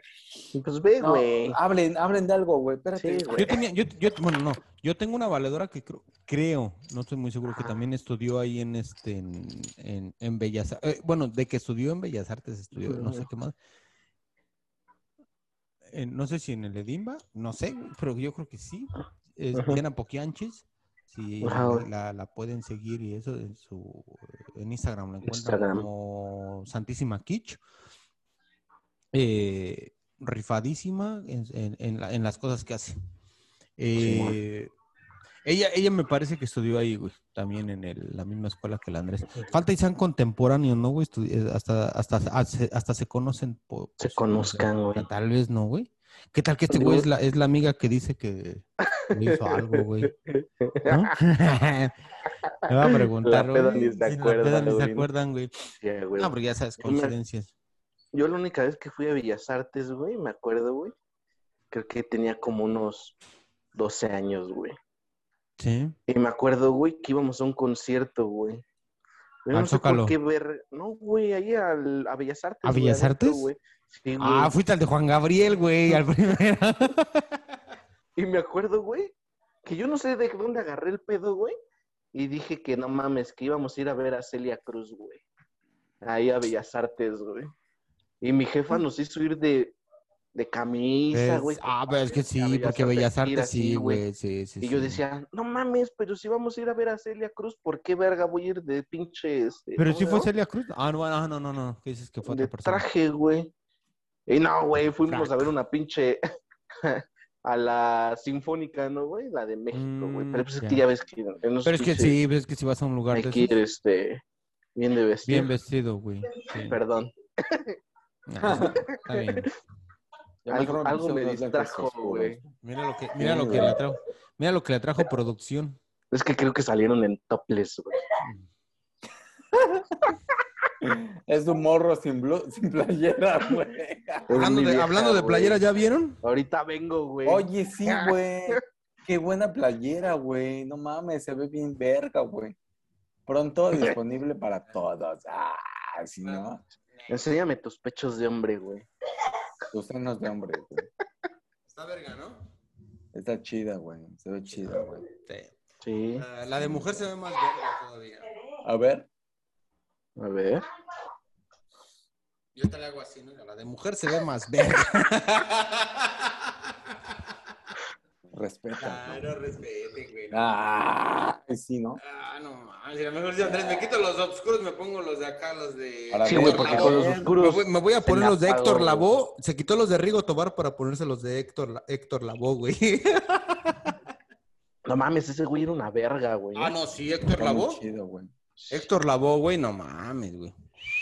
A: Pues ve,
C: No, ah,
A: güey.
C: hablen, hablen de algo, güey. Espérate.
A: Sí, güey.
B: Yo tenía, yo, yo- bueno, no, yo tengo una valedora que creo, creo, no estoy muy seguro, que
A: Ajá.
B: también estudió ahí en este, en, en- en Bellas Artes, bueno, de que estudió en Bellas Artes, estudió, no sé qué más. Eh, no sé si en el Edimba, no sé, pero yo creo que sí. Es
A: Ajá.
B: Diana Poquianches, si
A: Ajá, güey.
B: la, la pueden seguir y eso en su en Instagram la encuentran
A: Instagram.
B: como Santísima Kitsch. Eh, rifadísima en, en- en la- en las cosas que hace. Eh, ella, ella me parece que estudió ahí, güey, también en el- la misma escuela que el Andrés. Falta y sean contemporáneos, ¿no, güey? Estudi- eh, Hasta, hasta, hasta, hasta se conocen. po-
A: Se
B: posiblemente.
A: conozcan, güey.
B: Tal vez no, güey. ¿Qué tal que este güey es la, es la amiga que dice que le hizo algo, güey? ¿No? Me va a preguntar,
A: La peda
B: güey.
A: ni se
B: Sí, la
A: acuerda,
B: peda ni se
A: güey.
B: acuerdan, güey.
A: Sí, güey.
B: No, porque ya sabes,
A: Yo me-
B: coincidencias.
A: Yo la única vez que fui a Bellas Artes, güey, me acuerdo, güey. Creo que tenía como unos 12 años, güey.
B: Sí.
A: Y me acuerdo, güey, que íbamos a un concierto, güey. Yo
B: Al
A: no sé
B: Zócalo.
A: por qué ver. No, güey, ahí al- a Bellas Artes.
B: ¿A
A: güey,
B: Bellas
A: adentro,
B: Artes?
A: güey. Sí, güey.
B: Ah, fuiste al de Juan Gabriel, güey, al primero.
A: Y me acuerdo, güey, que yo no sé de dónde agarré el pedo, güey. Y dije que no mames, que íbamos a ir a ver a Celia Cruz, güey. Ahí a Bellas Artes, güey. Y mi jefa nos hizo ir de, de camisa,
B: Es-
A: güey.
B: ah, pero es que
A: A
B: sí, porque Bellas
A: ir
B: Artes
A: así,
B: sí, güey. Sí, sí,
A: Y yo
B: sí.
A: decía, no mames, pero si vamos a ir a ver a Celia Cruz, ¿por qué verga voy a ir de pinche... este,
B: Pero
A: ¿cómo
B: sí
A: se
B: fue
A: llama?
B: Celia Cruz. Ah, no, no, no, no. no. ¿Qué dices que fue
A: de
B: otra persona?
A: traje, güey. Y no, güey, fuimos
B: Frac.
A: a ver una pinche a la sinfónica, ¿no, güey? La de México, güey.
B: Mm,
A: Pero pues es
B: ya.
A: que ya ves que en los
B: Pero es que
A: pinches
B: sí, pero es que si vas a un lugar
A: hay
B: de
A: que
B: esos,
A: ir este bien de vestir.
B: bien vestido, güey. Sí.
A: Perdón.
B: Nah, está bien.
C: Ya
A: Algo-
C: mejor
A: algo
C: piso
A: me
C: más blancos
A: distrajo,
C: oscuros.
A: güey.
B: Mira lo que, mira lo que
A: güey.
B: le trajo. Mira lo que le trajo producción.
A: Es que creo que salieron en topless, güey.
C: Es un morro sin, blu- sin playera, güey.
A: Es
B: Hablando
A: mi
B: de,
A: vieja,
B: hablando de
A: güey.
B: playera, ¿ya vieron?
A: Ahorita vengo, güey.
C: Oye, sí, güey. Qué buena playera, güey. No mames, se ve bien verga, güey. Pronto disponible para todos. Ah, si no,
A: Enséñame tus pechos de hombre, güey.
C: tus senos de hombre, güey.
B: Está verga, ¿no?
C: Está chida, güey. Se ve chida, güey.
A: Sí.
B: La de mujer se ve más verga todavía.
C: A ver.
A: A ver.
B: Yo te la hago así, ¿no? La de mujer se ve más verga.
C: Respeta. güey.
B: no respete, güey.
C: Ah, sí, ¿no?
B: Ah, no mames. Si a lo mejor si Andrés me quito los oscuros, me pongo los de acá, los de.
C: Ahora
A: Sí,
C: ver,
A: güey, porque
C: a
A: con los
C: ver.
B: Me
A: oscuros.
B: voy, me voy a
A: se
B: poner
A: me
B: los de Héctor
A: apagó.
B: Labó. Se quitó los de Rigo Tobar para ponerse los de Héctor, Héctor Labó, güey.
A: No mames, ese güey era una verga, güey.
B: Ah, no, sí, Héctor
C: Está muy
B: Labó.
C: chido, güey.
B: Héctor Labó, güey, no mames, güey.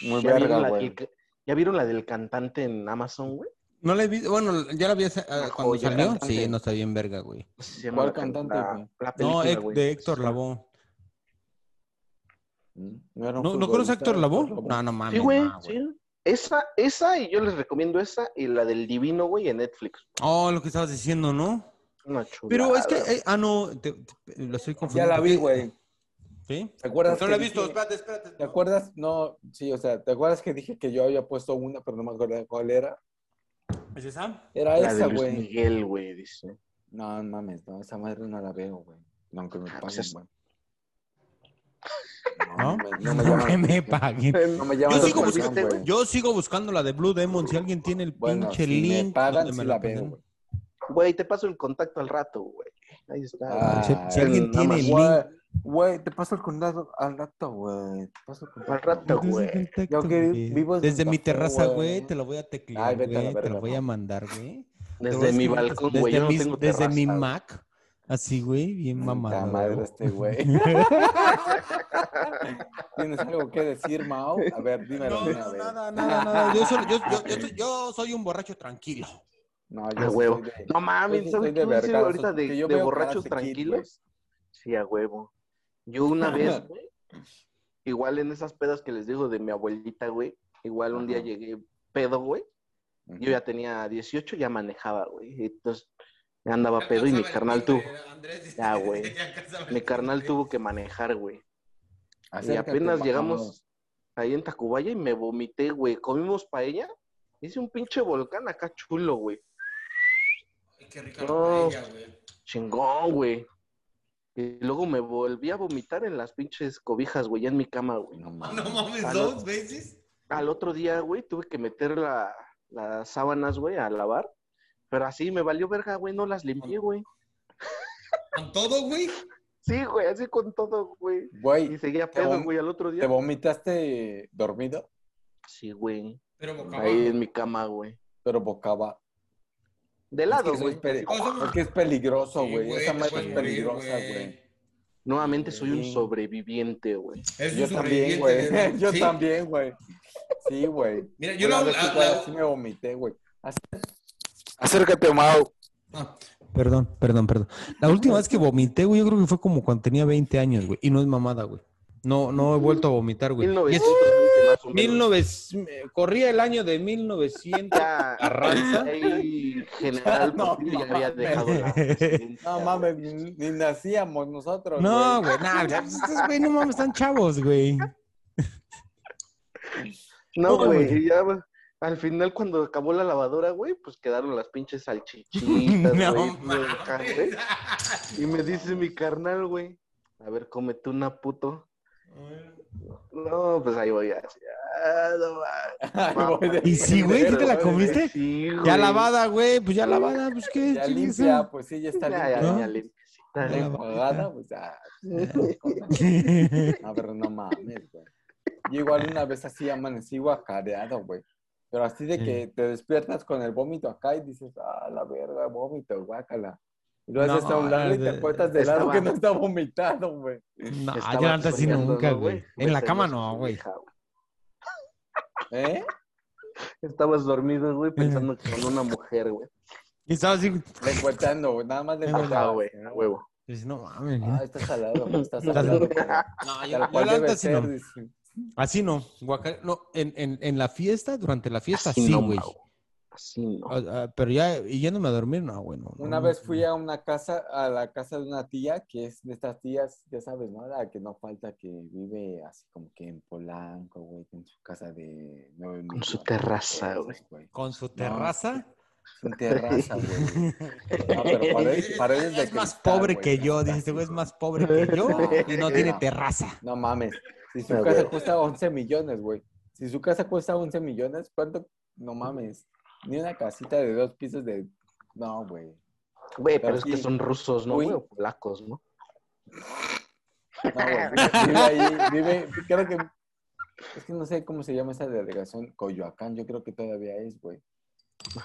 C: Muy
A: ¿Ya vieron,
C: verga,
A: la
C: güey.
A: del, ¿Ya vieron la del cantante en Amazon, güey?
B: No la he visto, bueno, ya la vi hace- ah,
A: Una
B: cuando
A: joya,
B: salió.
C: cantante.
B: Sí, no está bien verga, güey.
A: Se llama
C: ¿Cuál
A: la can-
C: cantante,
A: la-
C: güey?
A: la
B: No,
A: película,
B: Héc-
A: güey.
B: de Héctor
A: Sí.
B: Labó.
C: Mm, ¿No, era un
B: ¿No, ¿no conoces a
C: futbolista,
B: Héctor Labó? No, no
A: Sí,
B: mames.
A: güey,
B: no, güey.
A: sí. Esa, esa, y yo les recomiendo esa y la del Divino, güey, en Netflix.
B: Oh, lo que estabas diciendo, ¿no?
A: Una chulada.
B: Pero es que, eh, ah, no, te- te- lo estoy
C: Ya
B: confundiendo.
C: la vi,
B: porque-
C: güey.
B: ¿Sí?
C: ¿Te acuerdas?
B: No la he
C: que
B: visto,
C: dije-
B: espérate, espérate.
C: ¿Te acuerdas? No, sí, o sea, ¿te acuerdas que dije que yo había puesto una, pero no me acuerdo cuál era?
B: ¿Es esa?
C: Era
A: La de
C: esa,
A: Luis
C: güey.
A: Miguel, güey, dice.
C: No, no mames, no, esa madre no la veo, güey. No, aunque me
A: pues
C: paguen,
A: es-
C: güey.
B: ¿No?
C: me-
B: No,
C: llama-
B: que me paguen.
C: No me llama
B: Yo
C: la
B: sigo
C: atención,
A: buscando-
C: güey.
B: Yo sigo buscando la de Blue Demon. Si alguien tiene el
C: Bueno,
B: pinche
C: si
B: link.
C: me pagan,
B: donde
C: sí
B: me
C: la
B: lo
C: veo,
B: ponen.
C: güey.
A: Güey, te paso el contacto al rato, güey. Ahí está.
C: Ah,
B: Si- si,
C: en
B: alguien tiene el
C: Güey,
B: link.
C: Güey, te paso el contacto al rato, güey. Te paso el
A: Al
C: contacto.
A: rato, güey.
C: Yo que
B: güey.
C: vivo en
B: Desde
C: Santa
B: mi
C: Fe,
B: terraza,
C: güey.
B: güey, te lo voy a teclear,
C: Ay, vete a la
B: güey. Te
C: verga,
B: lo voy a
C: no.
B: mandar, güey. Te voy a
A: Desde mi
B: escribir
A: balcón,
B: desde
A: güey. Yo no
B: mis-
A: tengo
B: Desde mi
A: terraza, güey.
B: Mac. Así, güey, bien
C: Puta
B: mamado.
C: madre este güey. ¿Tienes algo que decir, Mao? A ver, dímelo
B: No,
C: de una
B: no,
C: vez.
B: nada, nada, nada. Yo, solo- yo- yo- yo soy- yo soy un borracho tranquilo.
C: No,
A: A
C: sí
A: huevo.
C: soy de-
A: No mames, ¿sabes
C: soy- soy de
A: qué voy a decir
C: vergazos,
A: ahorita de,
C: porque yo
A: de
C: veo
A: borrachos
C: Karate Kid,
A: tranquilos? Sí, a huevo. Yo una vez, güey, igual en esas pedas que les digo de mi abuelita, güey, igual un día
C: Ajá.
A: llegué pedo, güey.
C: güey.
A: Yo ya tenía 18, ya manejaba, güey. Entonces, ya andaba pedo y mi carnal tuvo, Ya, güey. mi carnal tuvo que manejar, güey. Y
C: Acércate,
A: apenas
C: Mao.
A: llegamos ahí en Tacubaya y me vomité, güey. Comimos paella, hice un pinche volcán acá chulo, güey.
B: Qué rica
A: No.
B: la paella, güey.
A: Chingón, güey. Y luego me volví a vomitar en las pinches cobijas, güey, ya en mi cama, güey.
C: No
B: No
C: mames.
B: mames,
A: Ah, no.
B: dos veces.
A: Al otro día, güey, tuve que meter la- las sábanas, güey, a lavar. Pero así me valió verga, güey, no las limpié, güey.
B: Con todo, güey.
A: Sí, güey, así con todo, güey. Y
C: Güey,
A: seguía
C: Te
A: pedo,
C: vom-
A: güey, al otro
C: ¿te
A: día.
C: vomitaste dormido?
A: Sí, güey.
B: Pero boca abajo.
A: Ahí en mi cama, güey.
C: Pero bocaba.
A: De
C: Es que
A: lado,
C: eso
A: güey.
C: es peri-
B: Así.
C: Es que es peligroso,
B: Sí,
C: güey. Esa
B: te
C: madre
B: puedes
C: es
B: morir,
C: peligrosa, güey.
A: Nuevamente soy un
C: Sí.
A: sobreviviente, güey.
B: Es un
C: Yo
B: sobreviviente
C: también, güey.
B: de-
C: Yo
B: ¿Sí?
C: también, güey. Sí, güey.
B: Mira, yo
C: Una
B: la,
C: vez
B: la-
C: igual
B: la-
C: así me vomité, güey. Acércate, Mau.
B: Ah, Perdón, perdón, perdón. La última vez que vomité, güey, yo creo que fue como cuando tenía 20 años, güey. Y no es mamada, güey. No, no he vuelto a vomitar, güey.
A: 1920 más o menos.
B: 1900, corría el año de 1900.
A: Ya,
B: Arranza.
A: ahí, general
C: No,
A: Portillo ya
C: mames.
A: había dejado la presidencia,
C: No
A: güey.
C: mames, ni, ni nacíamos nosotros.
B: No,
C: güey.
B: güey, nah, pues, estos güey no mames, están chavos, güey.
A: No,
B: No,
A: güey,
B: güey.
A: y ya güey, al final cuando acabó la lavadora, güey, pues quedaron las pinches salchichitas,
B: No
A: güey,
B: mames.
A: acá, güey. Y me dice mi carnal, güey, a ver, cómete una puto. No, pues ahí voy así. Ah, no mames.
C: Ay, güey, de-
B: Y sí, güey, ¿sí te la
C: güey,
B: comiste?
A: Sí, güey.
B: Ya lavada, güey, pues ya lavada, pues qué.
C: Ya
B: chingues,
C: limpia, pues sí, ya está
A: Ya, ya,
C: limpia.
B: ¿No?
A: ya limpiecita,
B: Ah,
A: güey.
B: Ya
C: Enjuagada, pues ya.
B: ¿no?
C: A ver, no mames, güey. Yo igual una vez así amanecí guacareado, güey. Pero así de
B: Sí.
C: que te despiertas con el vómito acá y dices, ah, la verga, vómito, guácala. Y lo haces
B: No,
C: a un lado y te
B: de-
C: acuerdas del lado
A: estaba-
C: que no está vomitado, güey.
B: No,
A: Estaba
B: yo antes así
A: soñando,
B: nunca,
A: ¿no,
B: güey. En la
A: Vete,
B: cama
A: Dios,
B: no, güey.
A: hija,
C: ¿Eh?
A: Estabas dormido,
B: Eh.
A: güey, pensando que con una mujer, güey.
B: Y estaba así,
C: Lengueteando, pues, güey. Nada más
A: Ajá,
C: lengueteando.
A: güey, a huevo.
B: pues, no mames.
C: Ah, está salado, güey, está
B: Estás-
C: salado. güey.
B: No, yo,
C: Tal
B: yo
C: cual
B: la
C: debe
B: neta sí
C: ser,
B: no.
C: dice.
B: Así no, guaca- no, en, en, en la fiesta, durante la fiesta
A: Así
B: sí,
A: no,
B: güey.
A: Mau. Así no.
B: Ah, ah, pero ya y yéndome a dormir, no, bueno. no,
C: Una
B: no,
C: vez
B: no.
C: fui a una casa, a la casa de una tía, que es de estas tías, ya sabes, ¿no? La que no falta que vive así como que en Polanco, güey, en su casa de nueve
A: Con su
C: millones de
A: terraza,
C: pesos,
A: güey.
B: Con su terraza.
C: Su terraza, güey. No, pero paredes, paredes de
B: es más
C: cristal,
B: pobre
C: güey,
B: que yo, dice, este güey es más pobre que yo y no tiene
C: No.
B: terraza.
C: No mames. Si su
A: No,
C: casa
A: güey.
C: cuesta 11 millones, güey. Si su casa cuesta 11 millones, ¿cuánto? No mames. Ni una casita de dos pisos de... No, güey.
A: Güey, pero
C: Pero
A: es que
C: sí.
A: son rusos, ¿no,
C: Uy.
A: güey? O polacos, ¿no?
C: No, güey, vive- vive ahí, vive, creo que, es que no sé cómo se llama esa delegación, Coyoacán, yo creo que todavía es, güey.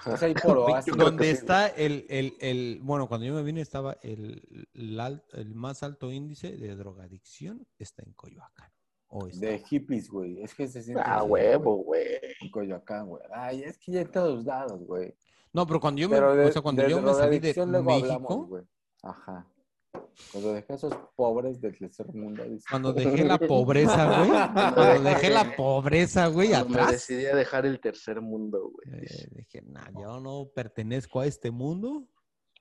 C: Es ahí por Oasis.
A: creo que
B: Donde
A: sí.
B: está el, el, el, bueno, cuando yo me vine estaba el, el, al- el más alto índice de drogadicción, está en Coyoacán. O está-
C: De hippies, güey. Es que se siente...
A: Ah,
C: así,
A: huevo, güey.
C: güey, Coyoacán, güey. Ay, es que ya en todos lados, güey.
B: No, pero cuando yo me,
C: Pero de,
B: o sea, cuando
C: de
B: yo me salí de
C: drogadicción luego hablamos,
B: México,
C: güey. Ajá. Cuando dejé a esos pobres del tercer mundo, dice.
B: cuando dejé la pobreza, güey, cuando dejé la pobreza, güey,
A: Cuando me
B: atrás,
A: decidí a dejar el tercer mundo, güey.
B: eh, dije, nah, yo no pertenezco a este mundo,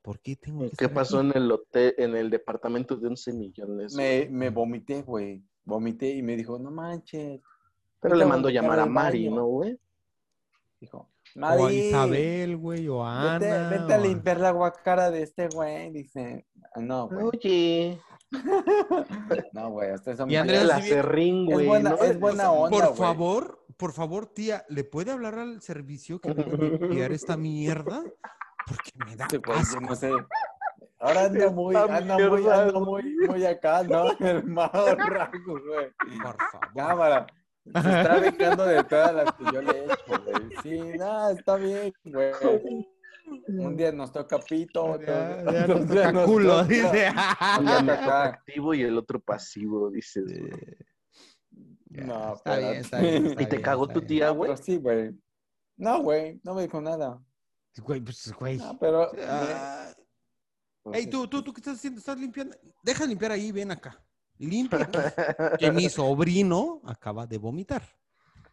B: ¿por qué tengo que
A: ¿Qué
B: estar
A: pasó
B: aquí?"
A: en el hotel, en el departamento de 11 millones?
C: Me, me vomité, güey. Vomité y me dijo, no manches.
A: Pero le mandó
C: Ahorita voy
A: llamar a
C: al
A: Mari,
C: baño.
A: ¿no, güey?
C: Dijo,
B: O a
C: Mari.
B: Isabel, güey, o a
C: Vete,
B: Ana.
C: vete a
B: o a-
C: limpiar la guacara de este güey, dice. No, güey.
A: Oye,
C: No, güey, hasta eso
B: Y Andrés
A: el
B: así bien-
A: acerrín,
C: Es
A: güey.
C: buena-
A: ¿no?
C: es buena onda.
B: Por
C: güey.
B: favor, por favor, tía, ¿le puede hablar al servicio que venga a limpiar esta mierda? Porque me da
C: Este güey, yo
B: asco.
C: no sé. Ahora anda muy,
A: Esta
C: anda muy,
A: mierda,
C: anda muy, muy acá, ¿no? El mago rango, güey.
B: Por favor.
C: Cámara. Se está dejando de todas las que yo le he hecho, güey. Sí, nada, está bien, güey. Un día nos toca pito, otro
B: Ya,
C: día-
B: ya
C: otro
B: nos
C: día
B: toca
C: nos
B: culo,
C: toca-
B: dice.
A: Uno
C: anda
A: me toca
C: acá.
A: activo y el otro pasivo, dices. güey.
B: Ya,
C: No,
B: está bien,
C: espérate.
B: está bien, está
A: ¿Y te
B: bien,
A: cagó
B: está
A: tu
B: bien.
A: tía,
C: No,
A: güey?
C: pero sí, güey. No, güey, no me dijo nada.
B: Güey, pues, güey.
C: No, pues, pero.
B: Ah, Ey, tú, tú, tú, ¿qué estás haciendo? Estás limpiando. Deja de limpiar ahí, ven acá. Limpia. Que mi sobrino acaba de vomitar.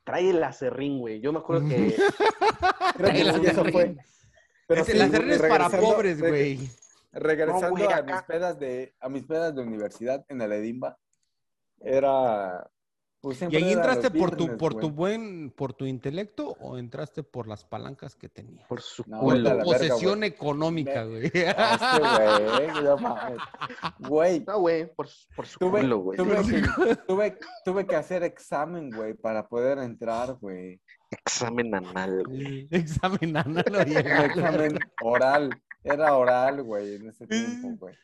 A: Trae el acerrín, güey. Yo me acuerdo que
C: Creo que
B: El
C: sí, eso fue. Pero
B: Ese-
C: sí,
B: el acerrín es Este, para
C: regresando-
B: pobres,
C: re-
B: güey.
C: Regresando
A: No, güey,
C: a,
A: acá.
C: mis pedas de, a mis pedas de universidad en el Edimba, era. pues,
B: ¿Y
C: siempre
B: ahí
C: era los
B: entraste por tu,
C: viernes,
B: por tu
C: güey.
B: buen, por tu intelecto o entraste por las palancas que tenía?
A: por su
C: No,
B: Por
A: culo.
B: tu
C: vete a la
A: güey.
C: verga,
B: posesión económica, güey.
C: Ah, este güey, no mames. Güey,
A: No, güey, por, su- por su
C: tuve,
A: culo, güey.
C: tuve que, tuve, tuve que hacer examen, güey, para poder entrar, güey.
A: Examen anal, güey.
B: Examen anal, oye,
C: Un examen oral. Era oral, güey, en ese tiempo, güey.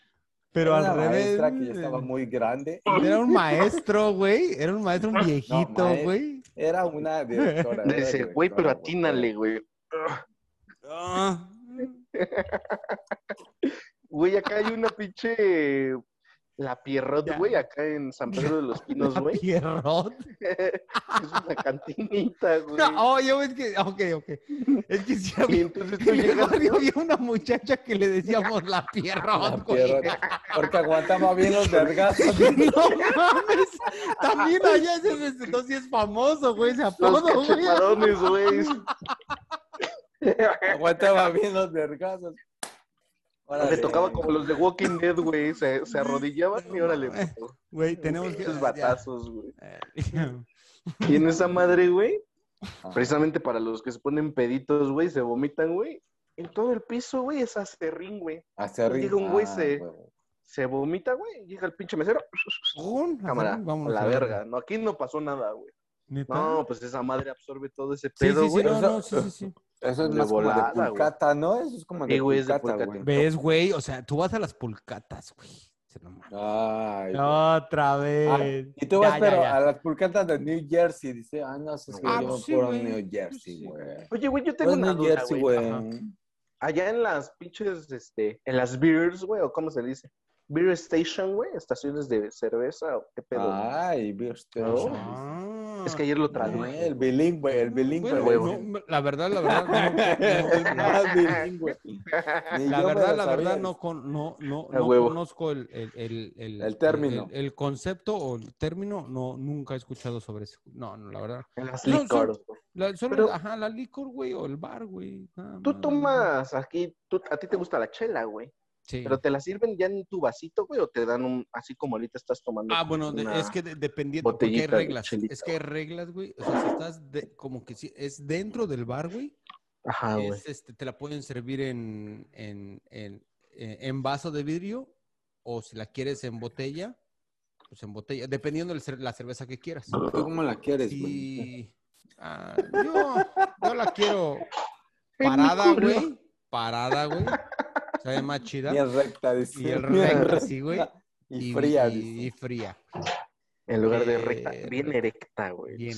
B: Pero
C: Era
B: al
C: una
B: revés.
C: maestra que ya estaba muy grande.
B: Era un maestro, güey. Era un maestro, un viejito,
C: maes-
B: güey.
C: Era una directora. era
A: Dice, güey, pero
C: directora,
A: atínale, güey.
B: Ah.
A: Güey, acá hay una pinche La Pierrot, güey, acá en San Pedro de los Pinos, güey.
B: Pierrot.
A: es una cantinita, güey.
B: No, oh, yo es que, ok, ok. Es que si
A: Y
B: había,
A: entonces tú llegas.
B: había una muchacha que le decíamos la Pierrot, güey.
C: Porque aguantaba bien los vergazos.
B: No mames, también allá ese restaurante sí es famoso, güey, ese
A: Los
B: apodo, güey.
A: cachepadones, güey.
C: Aguantaba bien los vergazos.
A: Le
C: Órale.
A: tocaba como los de Walking Dead, güey. Se, se arrodillaban y órale, puto.
B: Güey, tenemos que...
A: Esos batazos, güey.
B: Ya.
A: Y en esa madre, güey,
C: Ajá.
A: precisamente para los que se ponen peditos, güey, se vomitan, güey. En todo el piso, güey, es acerrín, güey.
C: Hacer
A: Llega
C: risa,
A: un güey, se-
C: güey.
A: Se vomita, güey. Llega el pinche mesero.
B: Un,
A: Cámara,
B: Azarrín, vámonos
A: a la
B: a
A: verga. No, aquí no pasó nada, güey.
B: ¿Neta?
A: No, pues esa madre absorbe todo ese
B: sí,
A: pedo,
B: sí, sí,
A: güey.
B: no,
C: Eso-
B: no, sí, sí, sí.
C: Eso es
A: de
C: más como
A: volada,
C: de
A: güey.
C: pulcata, ¿no? Eso es como
A: Sí,
C: de
A: güey, es de
C: pulcata,
A: pulcata.
C: güey.
B: ¿Ves, güey? O sea, tú vas a las pulcatas, güey. Se no mames.
C: Ay, güey. Ah,
B: Otra vez.
C: Y tú
B: Ya,
C: vas,
B: ya,
C: pero
B: ya.
C: a las pulcatas de New Jersey, dice, ah, no, eso es que
A: Ah,
C: yo
B: pues sí,
C: puro
B: güey.
C: New
B: Sí,
C: Jersey,
B: güey.
C: güey.
A: Oye, güey, yo tengo
C: Pues
A: una
C: New
A: duda,
C: Jersey,
A: güey.
C: güey.
B: Ajá.
A: Allá en las pinches, este, en las beers, güey, o cómo se dice. Beer station, güey, estaciones de cerveza, o qué pedo.
C: Ay, viste.
B: Ah.
A: es que ayer lo
C: Güey,
A: traduje.
C: El bilingüe, el bilingüe,
B: Bueno,
A: güey,
B: no,
A: güey.
B: me- la verdad, la verdad, no,
C: el
B: no, no.
C: más bilingüe. Ni
B: la
C: yo me
B: verdad,
C: lo
B: la
C: sabía.
B: verdad, no, con, no, no,
A: A
B: no
A: huevo.
B: conozco el, el, el, el,
C: El término.
B: El, el concepto o el término, no, nunca he escuchado sobre eso. No, no, la verdad.
A: En las
B: No, son-
A: licores, güey.
B: La, solo,
A: Pero-
B: ajá, la licor, güey, o el bar, güey. nada
A: Tú
B: más.
A: tomas aquí, tú, a ti te gusta la chela, güey.
B: Mm. Sí.
A: Pero te la sirven ya en tu vasito, güey, o te dan un, así como ahorita estás tomando.
B: Ah, bueno, de-
A: una-
B: es que de- dependiendo, porque hay
A: botellita de
B: reglas.
A: chelita,
B: Es que hay reglas, güey. O sea, si estás de- como que si es dentro del bar, güey,
A: Ajá, Ah, güey.
B: es, este, te la pueden servir en, en, en, en- en vaso de vidrio o si la quieres en botella, pues en botella, dependiendo de la cerveza que quieras.
C: ¿Tú cómo la quieres, güey?
B: Sí. Ah, yo, yo la quiero parada,
A: culo.
B: güey. Parada, güey. Sabe más chida.
C: Bien recta, dice.
B: Y el
C: Bien
B: recta, sí, güey.
C: recta Y fría,
B: y- y
C: dice.
B: fría.
A: En lugar de
B: Eh,
A: recta, bien erecta, güey.
B: Bien.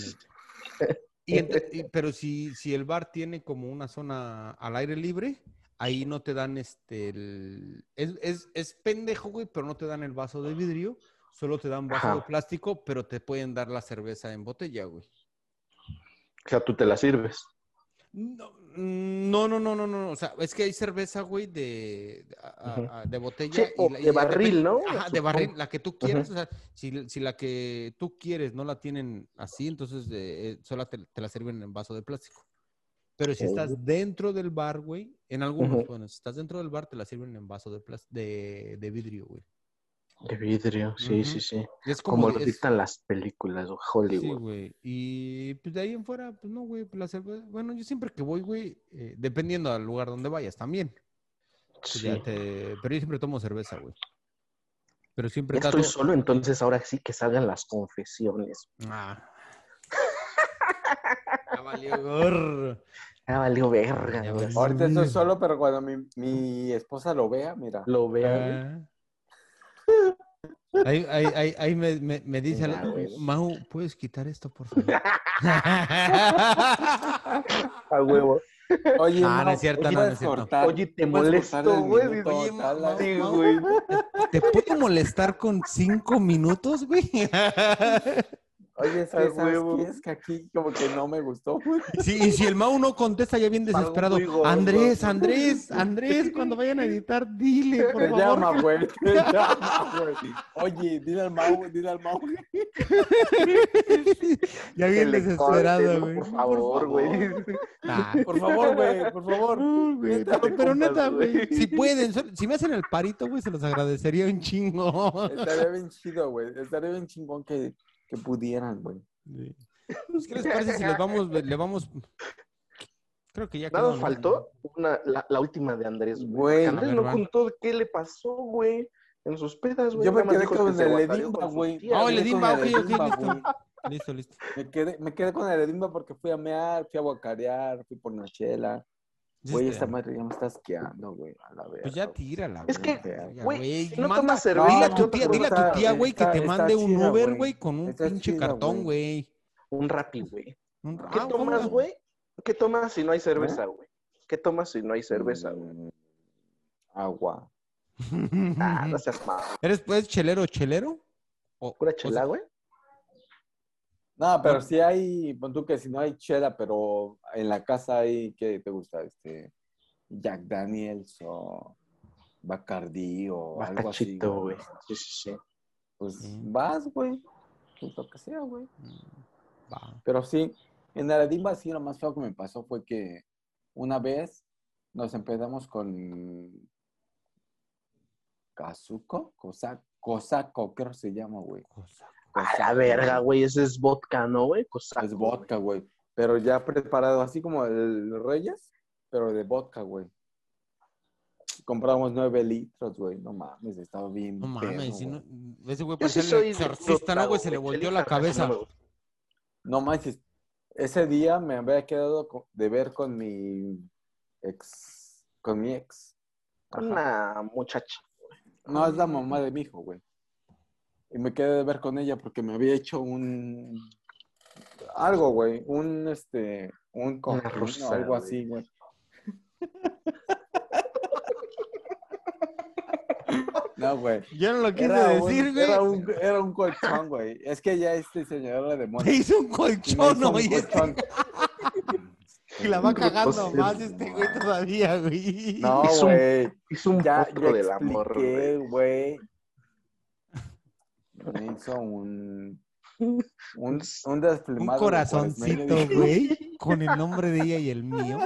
B: Y ent- y- pero si, si el bar tiene como una zona al aire libre, ahí no te dan este. el- Es, es- es pendejo, güey, pero no te dan el vaso de vidrio. Solo te dan vaso
A: Ajá.
B: de plástico, pero te pueden dar la cerveza en botella, güey.
A: O sea, tú te la sirves.
B: No, mm, no, no, no, no, no. O sea, es que hay cerveza, güey, de, de- a- a-
A: Ujú.
B: a- de botella.
A: Sí, o
B: la-
A: de barril,
B: depen-
A: ¿no?
B: Ajá, de
A: Supongo.
B: barril, la que tú quieras. O sea, si, si la que tú quieres no la tienen así, entonces de- eh, solo te, te la sirven en vaso de plástico. Pero si estás dentro del bar, güey, en algunos,
A: Ujú.
B: bueno, si estás dentro del bar, te la sirven en vaso de, plas- de, de vidrio, güey.
A: De vidrio, sí,
B: Ujú.
A: sí, sí.
B: Y Es
A: Como
B: de-
A: lo
B: es-
A: dictan las películas, güey,
B: Sí,
A: Hollywood.
B: güey. Y pues de ahí en fuera, pues no, güey. pues, la cerveza- Bueno, yo siempre que voy, güey, eh, dependiendo al lugar donde vayas también. pues,
A: Sí.
B: ya te- Pero yo siempre tomo cerveza, güey. Pero siempre
A: Ya estoy
B: trato-
A: solo, entonces ahora sí que salgan las confesiones.
B: Ah. Ya valió gorro.
A: Ah, valió verga.
B: Ya
A: güey.
B: valió.
C: Ahorita estoy solo, pero cuando mi, mi esposa lo vea, mira.
A: Lo vea.
B: Ah. Ahí, ahí, ahí, ahí me, me, me dice,
A: Ya,
B: Ale-
A: güey.
B: Mau, ¿puedes quitar esto, por favor?
A: A huevo.
C: Oye,
B: Ah, no
C: Mau,
B: es cierto,
C: oye,
B: no, no es
C: ¿puedes
B: cierto.
C: cortar-
A: Oye, te
C: Ah, puedes
A: molesto,
C: cortar el
A: güey.
C: minuto,
B: Oye,
C: tal,
B: Mau,
A: Sí,
B: Mau,
A: güey.
B: ¿Te puedo molestar con cinco minutos, güey?
C: Oye, es
A: A
C: que, ¿sabes
A: huevo.
C: qué? Es que aquí como que no me gustó.
B: Sí, y si el Mau no contesta ya bien
A: Pago
B: desesperado,
A: muy gordo.
B: Andrés, Andrés, Andrés, cuando vayan a editar, dile, por
C: Te
B: favor.
C: llama, güey. Te llama, güey. Oye, dile al Mau, dile al Mau.
B: ya
A: Que
B: bien
A: le corten,
B: desesperado,
A: ¿no?
B: güey.
A: Por favor, güey.
B: Nah.
C: Por favor, güey, por favor.
B: No, güey,
C: Neta,
B: pero, pero
A: compas,
B: neta,
A: güey.
B: güey, si pueden, sol- si me hacen el parito, güey, se los agradecería un chingo.
C: Estaría bien chido, güey. Estaría bien chingón que, que pudieran, güey.
B: Sí. Pues, ¿Qué les parece si les vamos, le vamos... Creo que ya
A: Nada
B: quedó,
A: más
B: ¿no?
A: faltó una, la, la última de Andrés, güey.
C: Güey.
A: Porque Andrés
B: A ver,
A: no
B: va.
A: contó qué le pasó, güey. En sus pedas, güey.
C: Yo
A: Nada
C: me
A: más
C: quedé
A: dijo
C: con
A: que se
C: el
A: guacareó
C: Edimba,
A: con sus
C: güey.
A: tías,
B: Ah,
A: güey.
B: el Edimba, ok, ok,
C: Edimba,
B: listo.
C: güey.
B: Listo, listo.
C: Me quedé, me quedé con el Edimba porque fui a mear, fui a guacarear, fui por Nachela.
A: este,
C: Güey, esta madre ya me está asqueando, güey. A la
B: Este,
C: verga.
B: Pues ya
C: güey.
B: tírala,
A: Es que,
B: Verga,
A: güey, si no
B: manda-
A: tomas
B: Dile
A: cerveza,
B: a
A: ¿qué
B: tu
A: otra
B: tía,
A: cosa?
B: dile a
C: está-
B: tu tía, güey, que
C: está-
B: te
C: está
B: mande un
C: chida,
B: Uber,
C: güey.
B: güey, con un
C: Está
B: pinche
C: chida,
B: cartón, güey.
A: Un rapi, güey.
B: Un-
A: ¿Qué
B: Ah,
A: tomas,
B: bueno.
A: güey? ¿Qué tomas si no hay cerveza, güey? ¿Qué tomas si no hay cerveza, güey?
C: Mm, Agua.
A: Ah, no seas malo.
B: ¿Eres pues chelero, chelero? O,
A: ¿Pura
B: o sea,
A: chela, güey?
C: No, pero si hay, pon tú que si no hay chela, pero en la casa hay, ¿qué te gusta? Este, Jack Daniels o Bacardi o algo así.
A: Bacachito, güey. Sí, sí, sí.
C: Pues
B: Mm.
C: vas, güey. Pues lo que sea, güey.
B: mm, va.
C: Pero sí, en Aradimba sí lo más feo que me pasó fue que una vez nos empezamos con Kazuko, Cosa, Cosaco, creo que se llama, güey.
B: Cosa.
A: A la
C: Cosaco,
A: verga, güey. Ese es vodka, ¿no, güey? Cosaco,
C: Es vodka, güey. Pero ya preparado, así como el Reyes, pero de vodka, güey. Compramos nueve litros, güey. No mames, estaba bien.
B: No
C: pedo,
B: mames, si
C: güey.
B: no, mm, ese güey
A: Yo sí
B: parecía
A: soy
B: el Pues exorcista, ¿no, güey? Se le volteó la cabeza.
C: No manches, ese día me había quedado co- de ver con mi ex, con mi ex. Ajá.
A: Una muchacha.
C: No, es la mamá de mi hijo, güey. Y me quedé de ver con ella porque me había hecho un algo, güey, un este, un cojín o
A: rusa,
C: algo
A: güey.
C: así, güey. No, güey.
B: Yo no lo quise
C: Era un,
B: decir, güey.
C: era un, era un colchón, güey. Es que ya este señor la
B: Te
C: demonio.
B: hizo un colchón,
C: No,
B: oye.
C: colchón.
B: este Y la va cagando
A: Entonces,
B: más este güey todavía, güey.
C: No,
A: Es un-
C: güey.
A: Es un
C: Ya,
A: potro
C: ya
A: del amor,
C: expliqué,
A: güey.
C: güey. Me hizo un... Un, un
B: Un
C: desplumado. de
B: corazoncito,
C: cuaresmeño, dije,
B: güey, con el nombre de ella y el mío.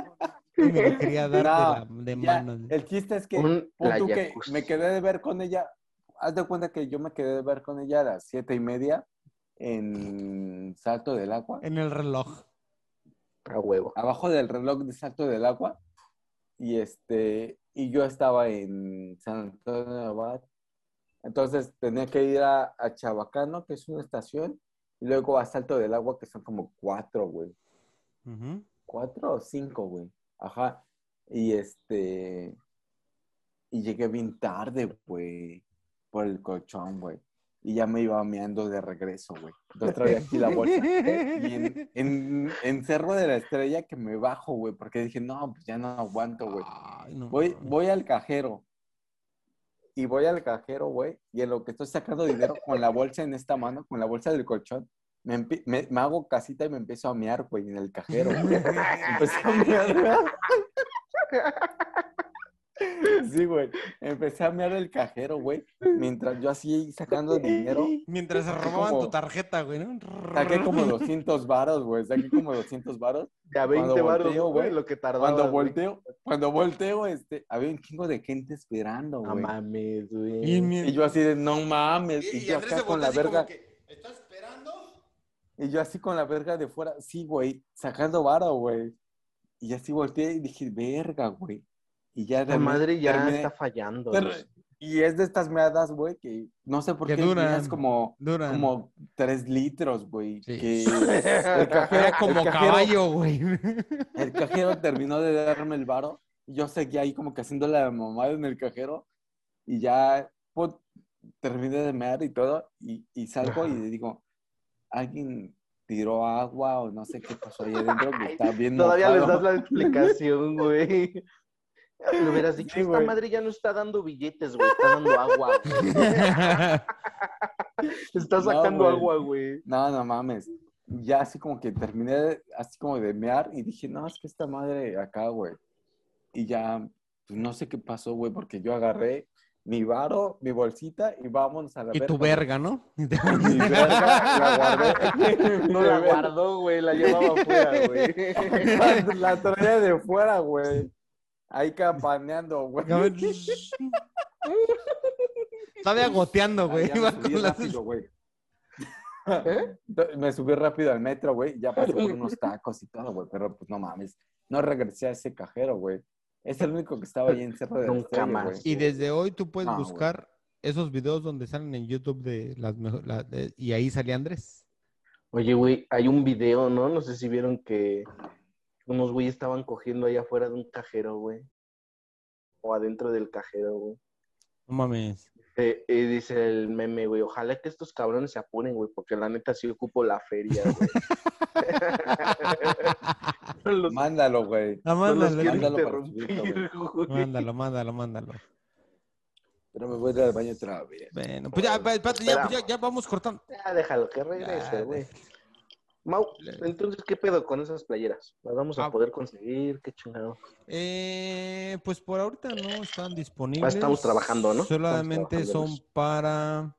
B: Y me lo quería dar de, la- de
C: ya,
B: mano.
C: el chiste es que,
A: Un
C: pon tú
A: la
C: que
A: jacuzzi.
C: me quedé de ver con ella. Haz de cuenta que yo me quedé de ver con ella a las siete y media en Salto del Agua.
B: En el reloj.
A: A huevo.
C: abajo del reloj de salto del agua y este y yo estaba en San Antonio de Abad. Entonces tenía que ir a, a Chabacano, que es una estación, y luego a Salto del Agua, que son como cuatro, güey.
B: Ujú.
C: Cuatro o cinco, güey. Ajá. Y este... Y llegué bien tarde, güey, por el colchón, güey. Y ya me iba meando de regreso, güey. Entonces traía aquí la bolsa. eh, Y en, en- en Cerro de la Estrella que me bajo, güey, porque dije, no, pues ya no aguanto, güey.
B: Ay, no.
C: Voy, voy al cajero. Y voy al cajero, güey, y en lo que estoy sacando dinero con la bolsa en esta mano, con la bolsa del colchón, me, empie- me- me hago casita y me empiezo a mear, güey, en el cajero, güey. Empecé a mear, güey. Sí, güey. Empecé a mear el cajero, güey, mientras yo así sacando dinero.
B: Mientras se
C: Saqué
B: robaban
C: como-
B: tu tarjeta, güey, ¿no?
C: Saqué como 200 varos, güey. Saqué como 200 varos.
A: Ya 20
C: Cuando
A: baros,
C: volteo,
A: güey,
C: güey,
A: lo que tardaba.
C: Cuando
A: güey.
C: volteo, cuando volteo, este, había un chingo de gente esperando,
A: No
C: güey.
A: mames, güey.
B: Y, mi-
C: Y yo así de, no mames. Y, yo acá con la verga,
B: ¿Estás esperando?
C: y yo así con la verga de fuera, sí, güey, sacando varo, güey. Y así volteé y dije, verga, güey. Y ya
A: La madre ya
C: terminé-
A: está fallando.
C: ter-
A: güey.
C: Y es de estas meadas, güey, que no sé por
B: Que
C: qué
B: duran.
C: tenías como,
B: Duran.
C: como tres litros, güey.
B: Sí.
C: Que el cajero,
B: Era como
C: el cajero-
B: caballo, güey.
C: El cajero terminó de darme el varo. y Yo seguía ahí como que haciendo la mamada en el cajero. Y ya put, terminé de mear y todo. Y, y salgo y le digo, alguien tiró agua o no sé qué pasó ahí adentro. Que está bien
A: Todavía les das
C: mojado".
A: la explicación, güey. Le hubieras dicho,
C: Sí,
A: esta
C: güey.
A: madre ya no está dando billetes, güey, está dando agua. güey. Está
C: No,
A: sacando
C: güey.
A: agua, güey.
C: No, no mames. Ya así como que terminé de- así como de mear y dije, no, es que esta madre acá, güey. Y ya, pues no sé qué pasó, güey, porque yo agarré mi varo, mi bolsita y vámonos a la
B: y tu
C: güey.
B: verga, ¿no?
C: Mi verga, Pues la guardé.
A: No la guardó, güey, la llevaba afuera, güey.
C: La- La traía de fuera, güey. Ahí campaneando, güey.
B: Todavía goteando, güey.
C: Ahí Ah, ya
B: Iba con
C: me subí
B: las-
C: rápido, güey.
A: ¿Eh?
C: Entonces, Me subí rápido al metro, güey. Ya pasé por unos tacos y todo, güey. Pero pues no mames. No regresé a ese cajero, güey. Es el único que estaba ahí en Cerro de la
A: Nunca
C: Estrella,
A: más.
C: güey.
B: Y desde hoy tú puedes
C: No, güey.
B: buscar esos videos donde salen en YouTube de las mejores. y ahí sale Andrés.
A: Oye, güey, hay un video, ¿no? No sé si vieron que unos güey estaban cogiendo allá afuera de un cajero, güey. O adentro del cajero, güey.
B: No mames.
A: Eh, y dice el meme, güey, ojalá que estos cabrones se apuren, güey, porque la neta sí ocupo la feria, güey. No los-
C: Mándalo, güey.
B: Ah,
A: no los
B: mándalo,
A: quiero
C: mándalo para
A: interrumpir, güey.
B: mándalo, mándalo, mándalo.
C: Pero me voy a ir al baño otra vez.
B: Bueno, pues ya, pa- espérate, ya, pues ya, ya vamos cortando.
A: Ya, Ah, déjalo que regrese,
B: Ya,
A: güey. Mau, entonces, ¿qué pedo con esas playeras? ¿Las vamos a
B: Ah.
A: poder conseguir? ¿Qué chingado?
B: Eh, pues por ahorita no están disponibles.
A: Estamos trabajando, ¿no?
B: Solamente
A: Estamos trabajando
B: son para,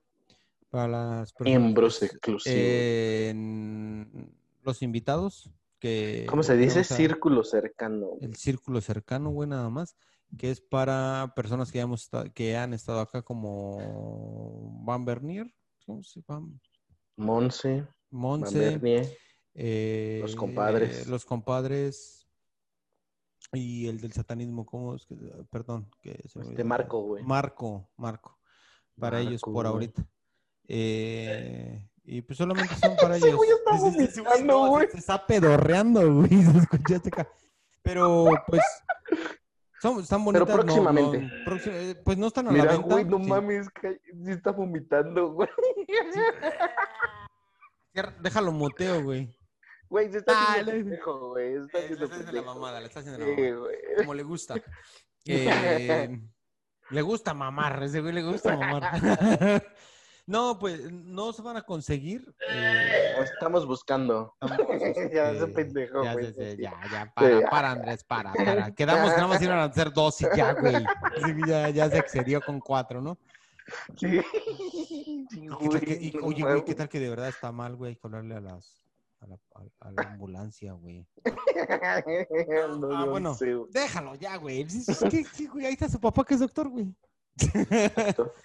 B: para las personas-
A: Miembros exclusivos.
B: eh, en los invitados que
A: ¿Cómo se dice?
B: vamos Eh, a-
A: Círculo cercano. güey.
B: el círculo cercano, güey, nada más, que es para personas que, hayamos esta- que han estado acá como Van Bernier, ¿cómo se llama?
A: Monse, Van
B: Monse,
A: Bernier.
B: eh,
A: Los compadres.
B: eh, los compadres y el del satanismo, ¿cómo es que? Perdón, que se me
A: Este,
B: olvidó.
A: Marco, güey.
B: Marco, Marco. Para ellos
A: Marco,
B: por
A: güey.
B: ahorita. Eh, y pues solamente son para ellos.
A: güey está
B: Ese- ese güey
A: vomitando,
B: no, se-
A: güey.
B: Se está pedorreando, güey. se escuchaste acá. Pero pues son, están
A: Pero
B: bonitas. no-
A: próximamente.
B: no- próxim- eh, pues no están a la
A: Mira,
B: venta.
A: güey, no
B: Sí.
A: mames, que sí está vomitando, güey.
B: Cierra- Déjalo moteo, güey.
A: Güey, se está
B: Ah,
A: haciendo
B: le-
A: pendejo, güey. se Está
B: Eh,
A: haciendo
B: le está haciendo la
A: pendejo,
B: mamada,
A: güey.
B: le está haciendo la
A: Sí,
B: mamada.
A: güey.
B: como le gusta. Eh, le gusta mamar, ese güey le gusta mamar. No, pues no se van a conseguir. eh,
A: Lo Estamos buscando. Ya se pendejo,
B: ya,
A: güey.
B: sé, sé, ya, ya,
A: ya.
B: para, para, Andrés, para, para. Quedamos que nada más iban a hacer dos y ya, güey. Sí, Ya, ya se excedió con cuatro, ¿no?
A: Sí.
B: ¿Y
A: Sí,
B: qué tal que-
A: güey,
B: y-
A: no
B: oye, güey, ¿qué
A: mames.
B: tal que de verdad está mal, güey? Hay que hablarle a las. A la, a- a la ambulancia, güey.
A: No,
B: Ah,
A: no
B: bueno.
A: sé, güey.
B: Déjalo ya, güey. ¿Qué- qué, güey? Ahí está su papá que es doctor, güey.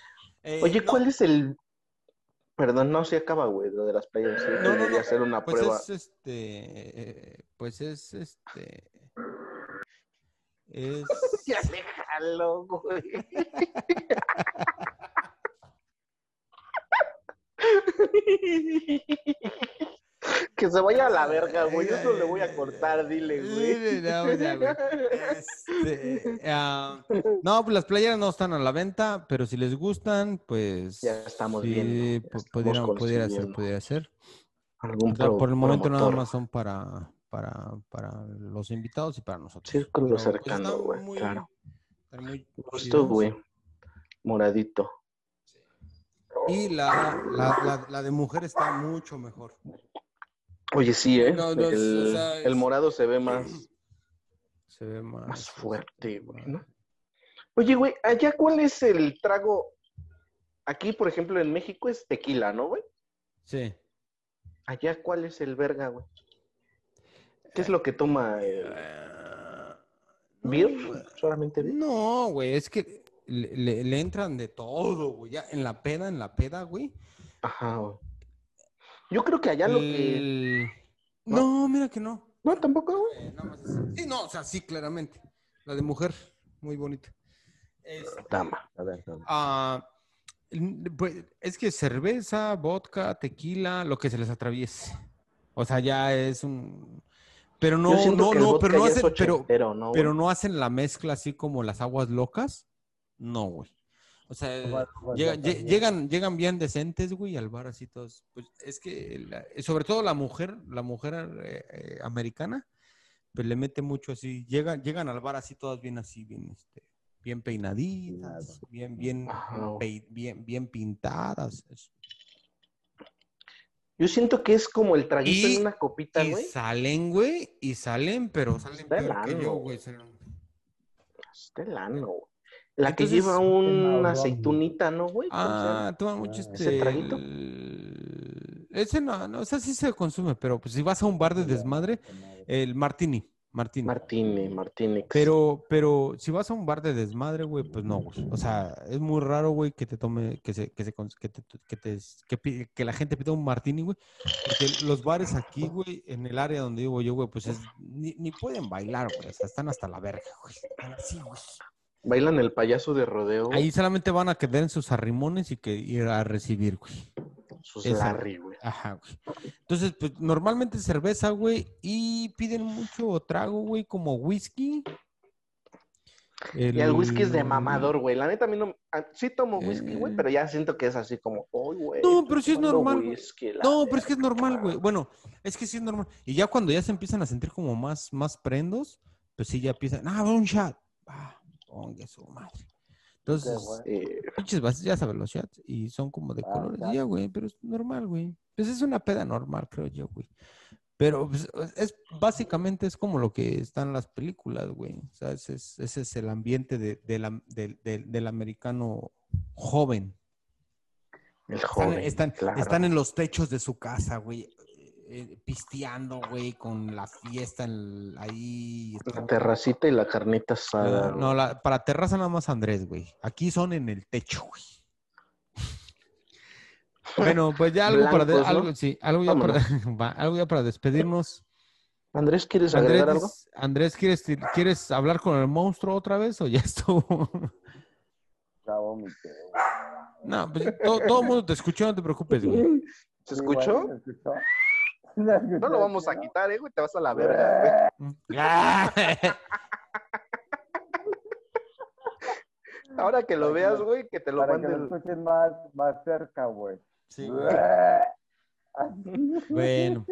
B: Eh,
A: Oye,
B: no,
A: ¿cuál es el...? Perdón, no se acaba, güey, lo de las playas. Sí,
B: No, no,
A: tendría que
B: no.
A: hacer una
B: Pues
A: prueba.
B: es este. eh, Pues es este. Es.
A: Ya déjalo, güey. que se vaya a la verga, güey. Yo no le voy a cortar, dile, güey.
B: Sí, no, ya, güey. Este, ah, no, pues las playeras no están a la venta, pero si les gustan, pues.
A: Ya estamos
B: sí,
A: viendo, ya
B: pu-
A: estamos
B: pudiera, pudiera ser,
A: consiguiendo.
B: pudiera ser.
A: Algún
B: O sea,
A: pro-
B: por el momento nada
A: promotor.
B: más son para, para, para los invitados y para nosotros.
A: Círculo
B: Pero, pues,
A: cercano,
B: están
A: güey,
B: muy-
A: claro.
B: están muy
A: Justo,
B: chidas.
A: güey. Moradito.
B: Y la, la, la, la de mujer está mucho mejor.
A: Oye, sí, ¿eh?
B: No, no, es-
A: el,
B: o sea,
A: el
B: es-
A: morado se ve más,
B: Se ve más,
A: más fuerte, güey,
B: más-
A: ¿no? Oye, güey, allá cuál es el trago. Aquí, por ejemplo, en México es tequila, ¿no, güey?
B: Sí.
A: Allá cuál es el verga, güey. ¿Qué
B: Eh,
A: es lo que toma el beer? Solamente beer.
B: No, güey, es que le, le- le entran de todo, güey. Ya en la peda, en la peda, güey.
A: Ajá, güey. Yo creo que allá lo que.
B: El-
A: ¿no?
B: No, mira que no.
A: No, tampoco, güey.
B: Eh, nada más es- Sí, no, o sea, sí, claramente. La de mujer, muy bonita. Es-
A: Dama.
C: A ver, no.
B: ah, n- pues, es que cerveza, vodka, tequila, lo que se les atraviese. O sea, ya es un. Pero no,
A: Yo siento
B: no,
A: que el
B: no,
A: vodka
B: pero no
A: ya es
B: hacen, pero,
A: ochentero, ¿no,
B: pero
A: güey?
B: no hacen la mezcla así como las aguas locas. No, güey. O sea,
C: Aguas- aguas
B: llega-
C: locas,
B: lle-
C: güey.
B: llegan, llegan bien decentes, güey, al bar así todos. Pues es que, la- eh, sobre todo la mujer, la mujer eh, eh, americana, pues le mete mucho así. Llegan, llegan al bar así todas bien así, bien, este, bien peinaditas, bien, bien,
A: Ajá.
B: pei- bien, bien pintadas. es-
A: Yo siento que es como el traguito
B: Y-
A: en una copita,
B: Y
A: güey. Pues
B: salen, güey, y salen, pero salen
A: Está
B: peor que
A: helando,
B: yo,
A: güey.
B: güey. salen-
A: Este lano, güey. La que
B: Entonces,
A: lleva
C: maurón,
A: una
C: güey.
A: aceitunita, ¿no, güey? ¿Cómo se llama?
B: Ah, toman mucho
C: Ah,
B: este.
A: ¿ese traguito?
B: el- Ese no, no, o sea, sí se consume, pero pues si vas a un bar de desmadre, el martini, martini.
A: Martini, Martini.
B: Pero, pero si vas a un bar de desmadre, güey, pues no, güey. O sea, es muy raro, güey, que te tome, que se, que se, cons- que te- que te- que pi- que la gente pida un martini, güey. Porque los bares aquí, güey, en el área donde vivo yo, güey, pues es, ni, ni pueden bailar, güey. O sea, están hasta la verga, güey. Están así, güey.
A: Bailan el payaso de rodeo.
B: Ahí solamente van a quedar en sus arrimones y que ir a recibir, güey.
A: sus
B: esa.
A: Larry, güey.
B: Ajá, güey. Entonces, pues normalmente cerveza, güey, y piden mucho trago, güey, como whisky.
A: Y el whisky es de mamador, güey. La neta, a mí no. a- Sí tomo whisky, güey,
B: Eh.
A: pero ya siento que es así como, uy, güey.
B: No,
A: estoy
B: pero sí es
A: tomando
B: normal, güey.
A: whisky, la
B: No, pero es que es normal,
A: verga".
B: güey. Bueno, es que sí es normal. Y ya cuando ya se empiezan a sentir como más, más prendos, pues sí ya empiezan, ah, va un shot. Ah, ponga su madre. Entonces,
C: güey.
A: Eh,
B: pinches vasos, ya sabes los shots, y son como de
C: Ah,
B: colores,
C: ya.
B: ya, güey, pero es normal, güey. Pues es una peda normal, creo yo, güey. Pero pues, es básicamente es como lo que están las películas, güey. O sea, ese es, ese es el ambiente de- del am- del- del- del americano joven.
A: el
B: Están,
A: joven,
B: están-
A: claro.
B: están en los techos de su casa, güey. eh, pisteando, güey, con la fiesta en- ahí.
A: La
B: están-
A: terracita y la carnita
B: No,
A: asada.
B: no, la- para terraza nada más Andrés, güey. Aquí son en el techo, güey. Bueno, pues ya algo para, de-
A: Blancos, ¿no?
B: algo, sí, algo, ya para, va, algo ya para despedirnos.
A: Andrés, ¿quieres
B: Andrés,
A: agregar algo?
B: Andrés, ¿quieres, ¿quieres hablar con el monstruo otra vez o ya estuvo?
C: Ya vomité, güey.
B: No, pues todo, todo el mundo te escuchó, no te preocupes, güey.
A: ¿Se
C: Sí,
A: escuchó?
C: güey, ¿Se escuchó? ¿Se escuchó?
A: No lo vamos a quitar, eh, güey. Te vas a la verga. güey.
C: Eh,
A: Ahora que lo
C: Ay,
A: veas,
C: no.
A: güey, que te lo
C: Para que lo
A: manden.
C: escuchen más, más cerca, güey.
B: Sí, güey.
C: Eh.
B: Bueno.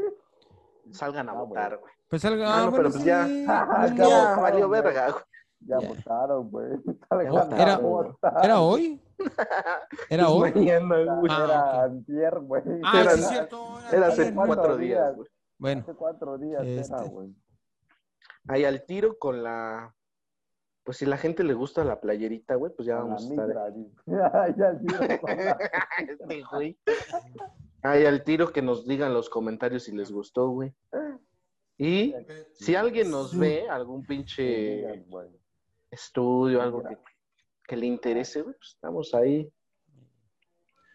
A: Salgan a
C: Ah,
A: votar, güey.
B: Pues salga.
A: Ah, no,
B: bueno,
A: pero pues
B: sí.
A: ya.
C: Ah,
A: Ya
C: ya votaron,
A: valió
C: güey.
A: verga, güey.
C: Ya
B: Ya.
C: votaron, güey.
B: era-
C: votar.
B: ¿Era hoy? ¿Era
A: Es
B: hoy?
A: mañana, Pues güey.
B: Ah,
C: era
B: ok.
C: antier, güey.
B: Ah,
A: era-
B: sí, es cierto. era
A: Era
B: ayer,
A: hace
B: ¿no?
A: cuatro
C: cuatro
A: días,
C: días.
A: güey.
B: Bueno,
C: Hace cuatro días era,
B: Este.
C: güey.
A: Ahí al tiro con la. Pues si la gente le gusta la playerita, güey, pues ya
C: Con la
A: vamos a estar.
C: migra, dice. Ya, ya, sí, con la-
A: Este güey. Ay, al tiro que nos digan los comentarios si les gustó, güey. Y si alguien nos ve, algún pinche
C: digan, güey.
A: estudio, algo que, que le interese, güey, pues estamos ahí.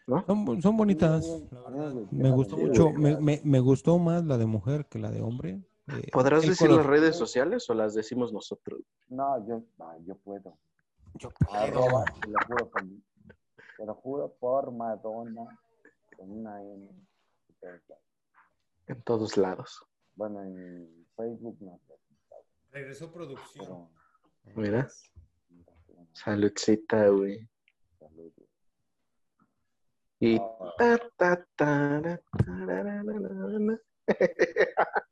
B: son, bu- son bonitas. la verdad. Me gustó mucho, me, me- me gustó más la de mujer que la de hombre. Eh,
A: ¿Podrás
B: el
A: decir
B: color.
A: las redes sociales o las decimos nosotros?
C: No, yo, no, yo puedo.
B: Yo
C: Arroba,
B: puedo.
C: te lo juro por mí. Te lo juro por Madonna. Con una N.
A: En todos lados.
C: Bueno, en Facebook no sé,
B: Regresó producción.
C: pero
A: Mira, saludcita, güey.
C: saludos.
A: Y
C: Ah,
A: ta, ta, ta, ra, ta, ra, ra, ra, ra, ra.